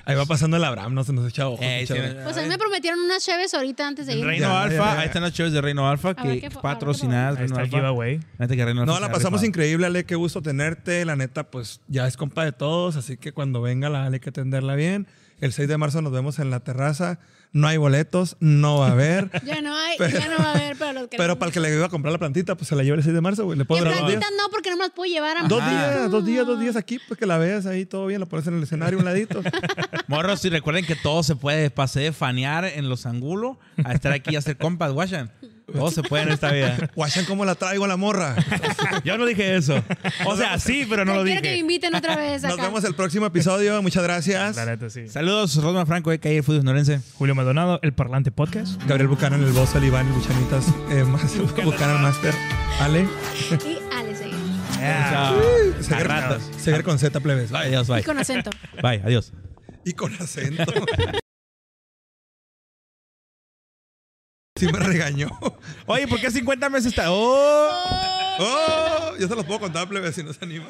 Ahí va pasando el Abraham, no se nos echa ojo.
Eh, sí, no,
Pues a mí me prometieron unas cheves ahorita antes de
En
ir.
Reino
Ya,
Alfa,
ya, ya.
ahí están las chaves de Reino Alfa
A ver
que
qué po-
patrocinadas
Ahí
Reino
está el
Alfa.
giveaway.
Neta que Reino
No,
Alfa
la
está
pasamos
rifado.
increíble, Ale. Qué gusto tenerte. La neta, pues ya es compa de todos. Así que cuando venga la Ale hay que atenderla bien. El 6 de marzo nos vemos en la terraza. No hay boletos, no va a haber.
Ya no hay, ya no va a haber, pero los que
Pero para el que le iba a comprar la plantita, pues se la lleva el 6 de marzo, güey. Le puedo
En
durar dos días.
plantita Ah. no, porque no me las puedo llevar a
Dos
mí.
días, dos días, dos días aquí, pues que la veas ahí todo bien, la pones en el escenario un ladito.
Morros, y recuerden que todo se puede. Pasé de fanear en los angulos a estar aquí a hacer compas, guayan. Todo se puede en esta vida.
Guachan cómo la traigo a la morra.
Pues
Yo no dije eso. O sea, sí, pero no
Yo
lo
Quiero que me
dije.
inviten otra vez acá.
Nos vemos el próximo episodio. Muchas gracias.
La neta, sí.
Saludos, Rosma Franco, de Calle Fútbol Norense.
Julio Maldonado, El Parlante Podcast.
Gabriel Buchanan, el boss, el Iván, el Buchanitas, eh, más, Buchanan Master. Ale,
Y Alex, eh,
Seguir,
ratos.
Seguir con Z, plebes.
Bye, adiós,
y
bye.
con acento.
Bye, adiós.
Y con acento. Sí me regañó.
Oye, ¿por qué 50 meses está? ¡Oh!
¡Oh! Yo se los puedo contar, plebe, si no se anima.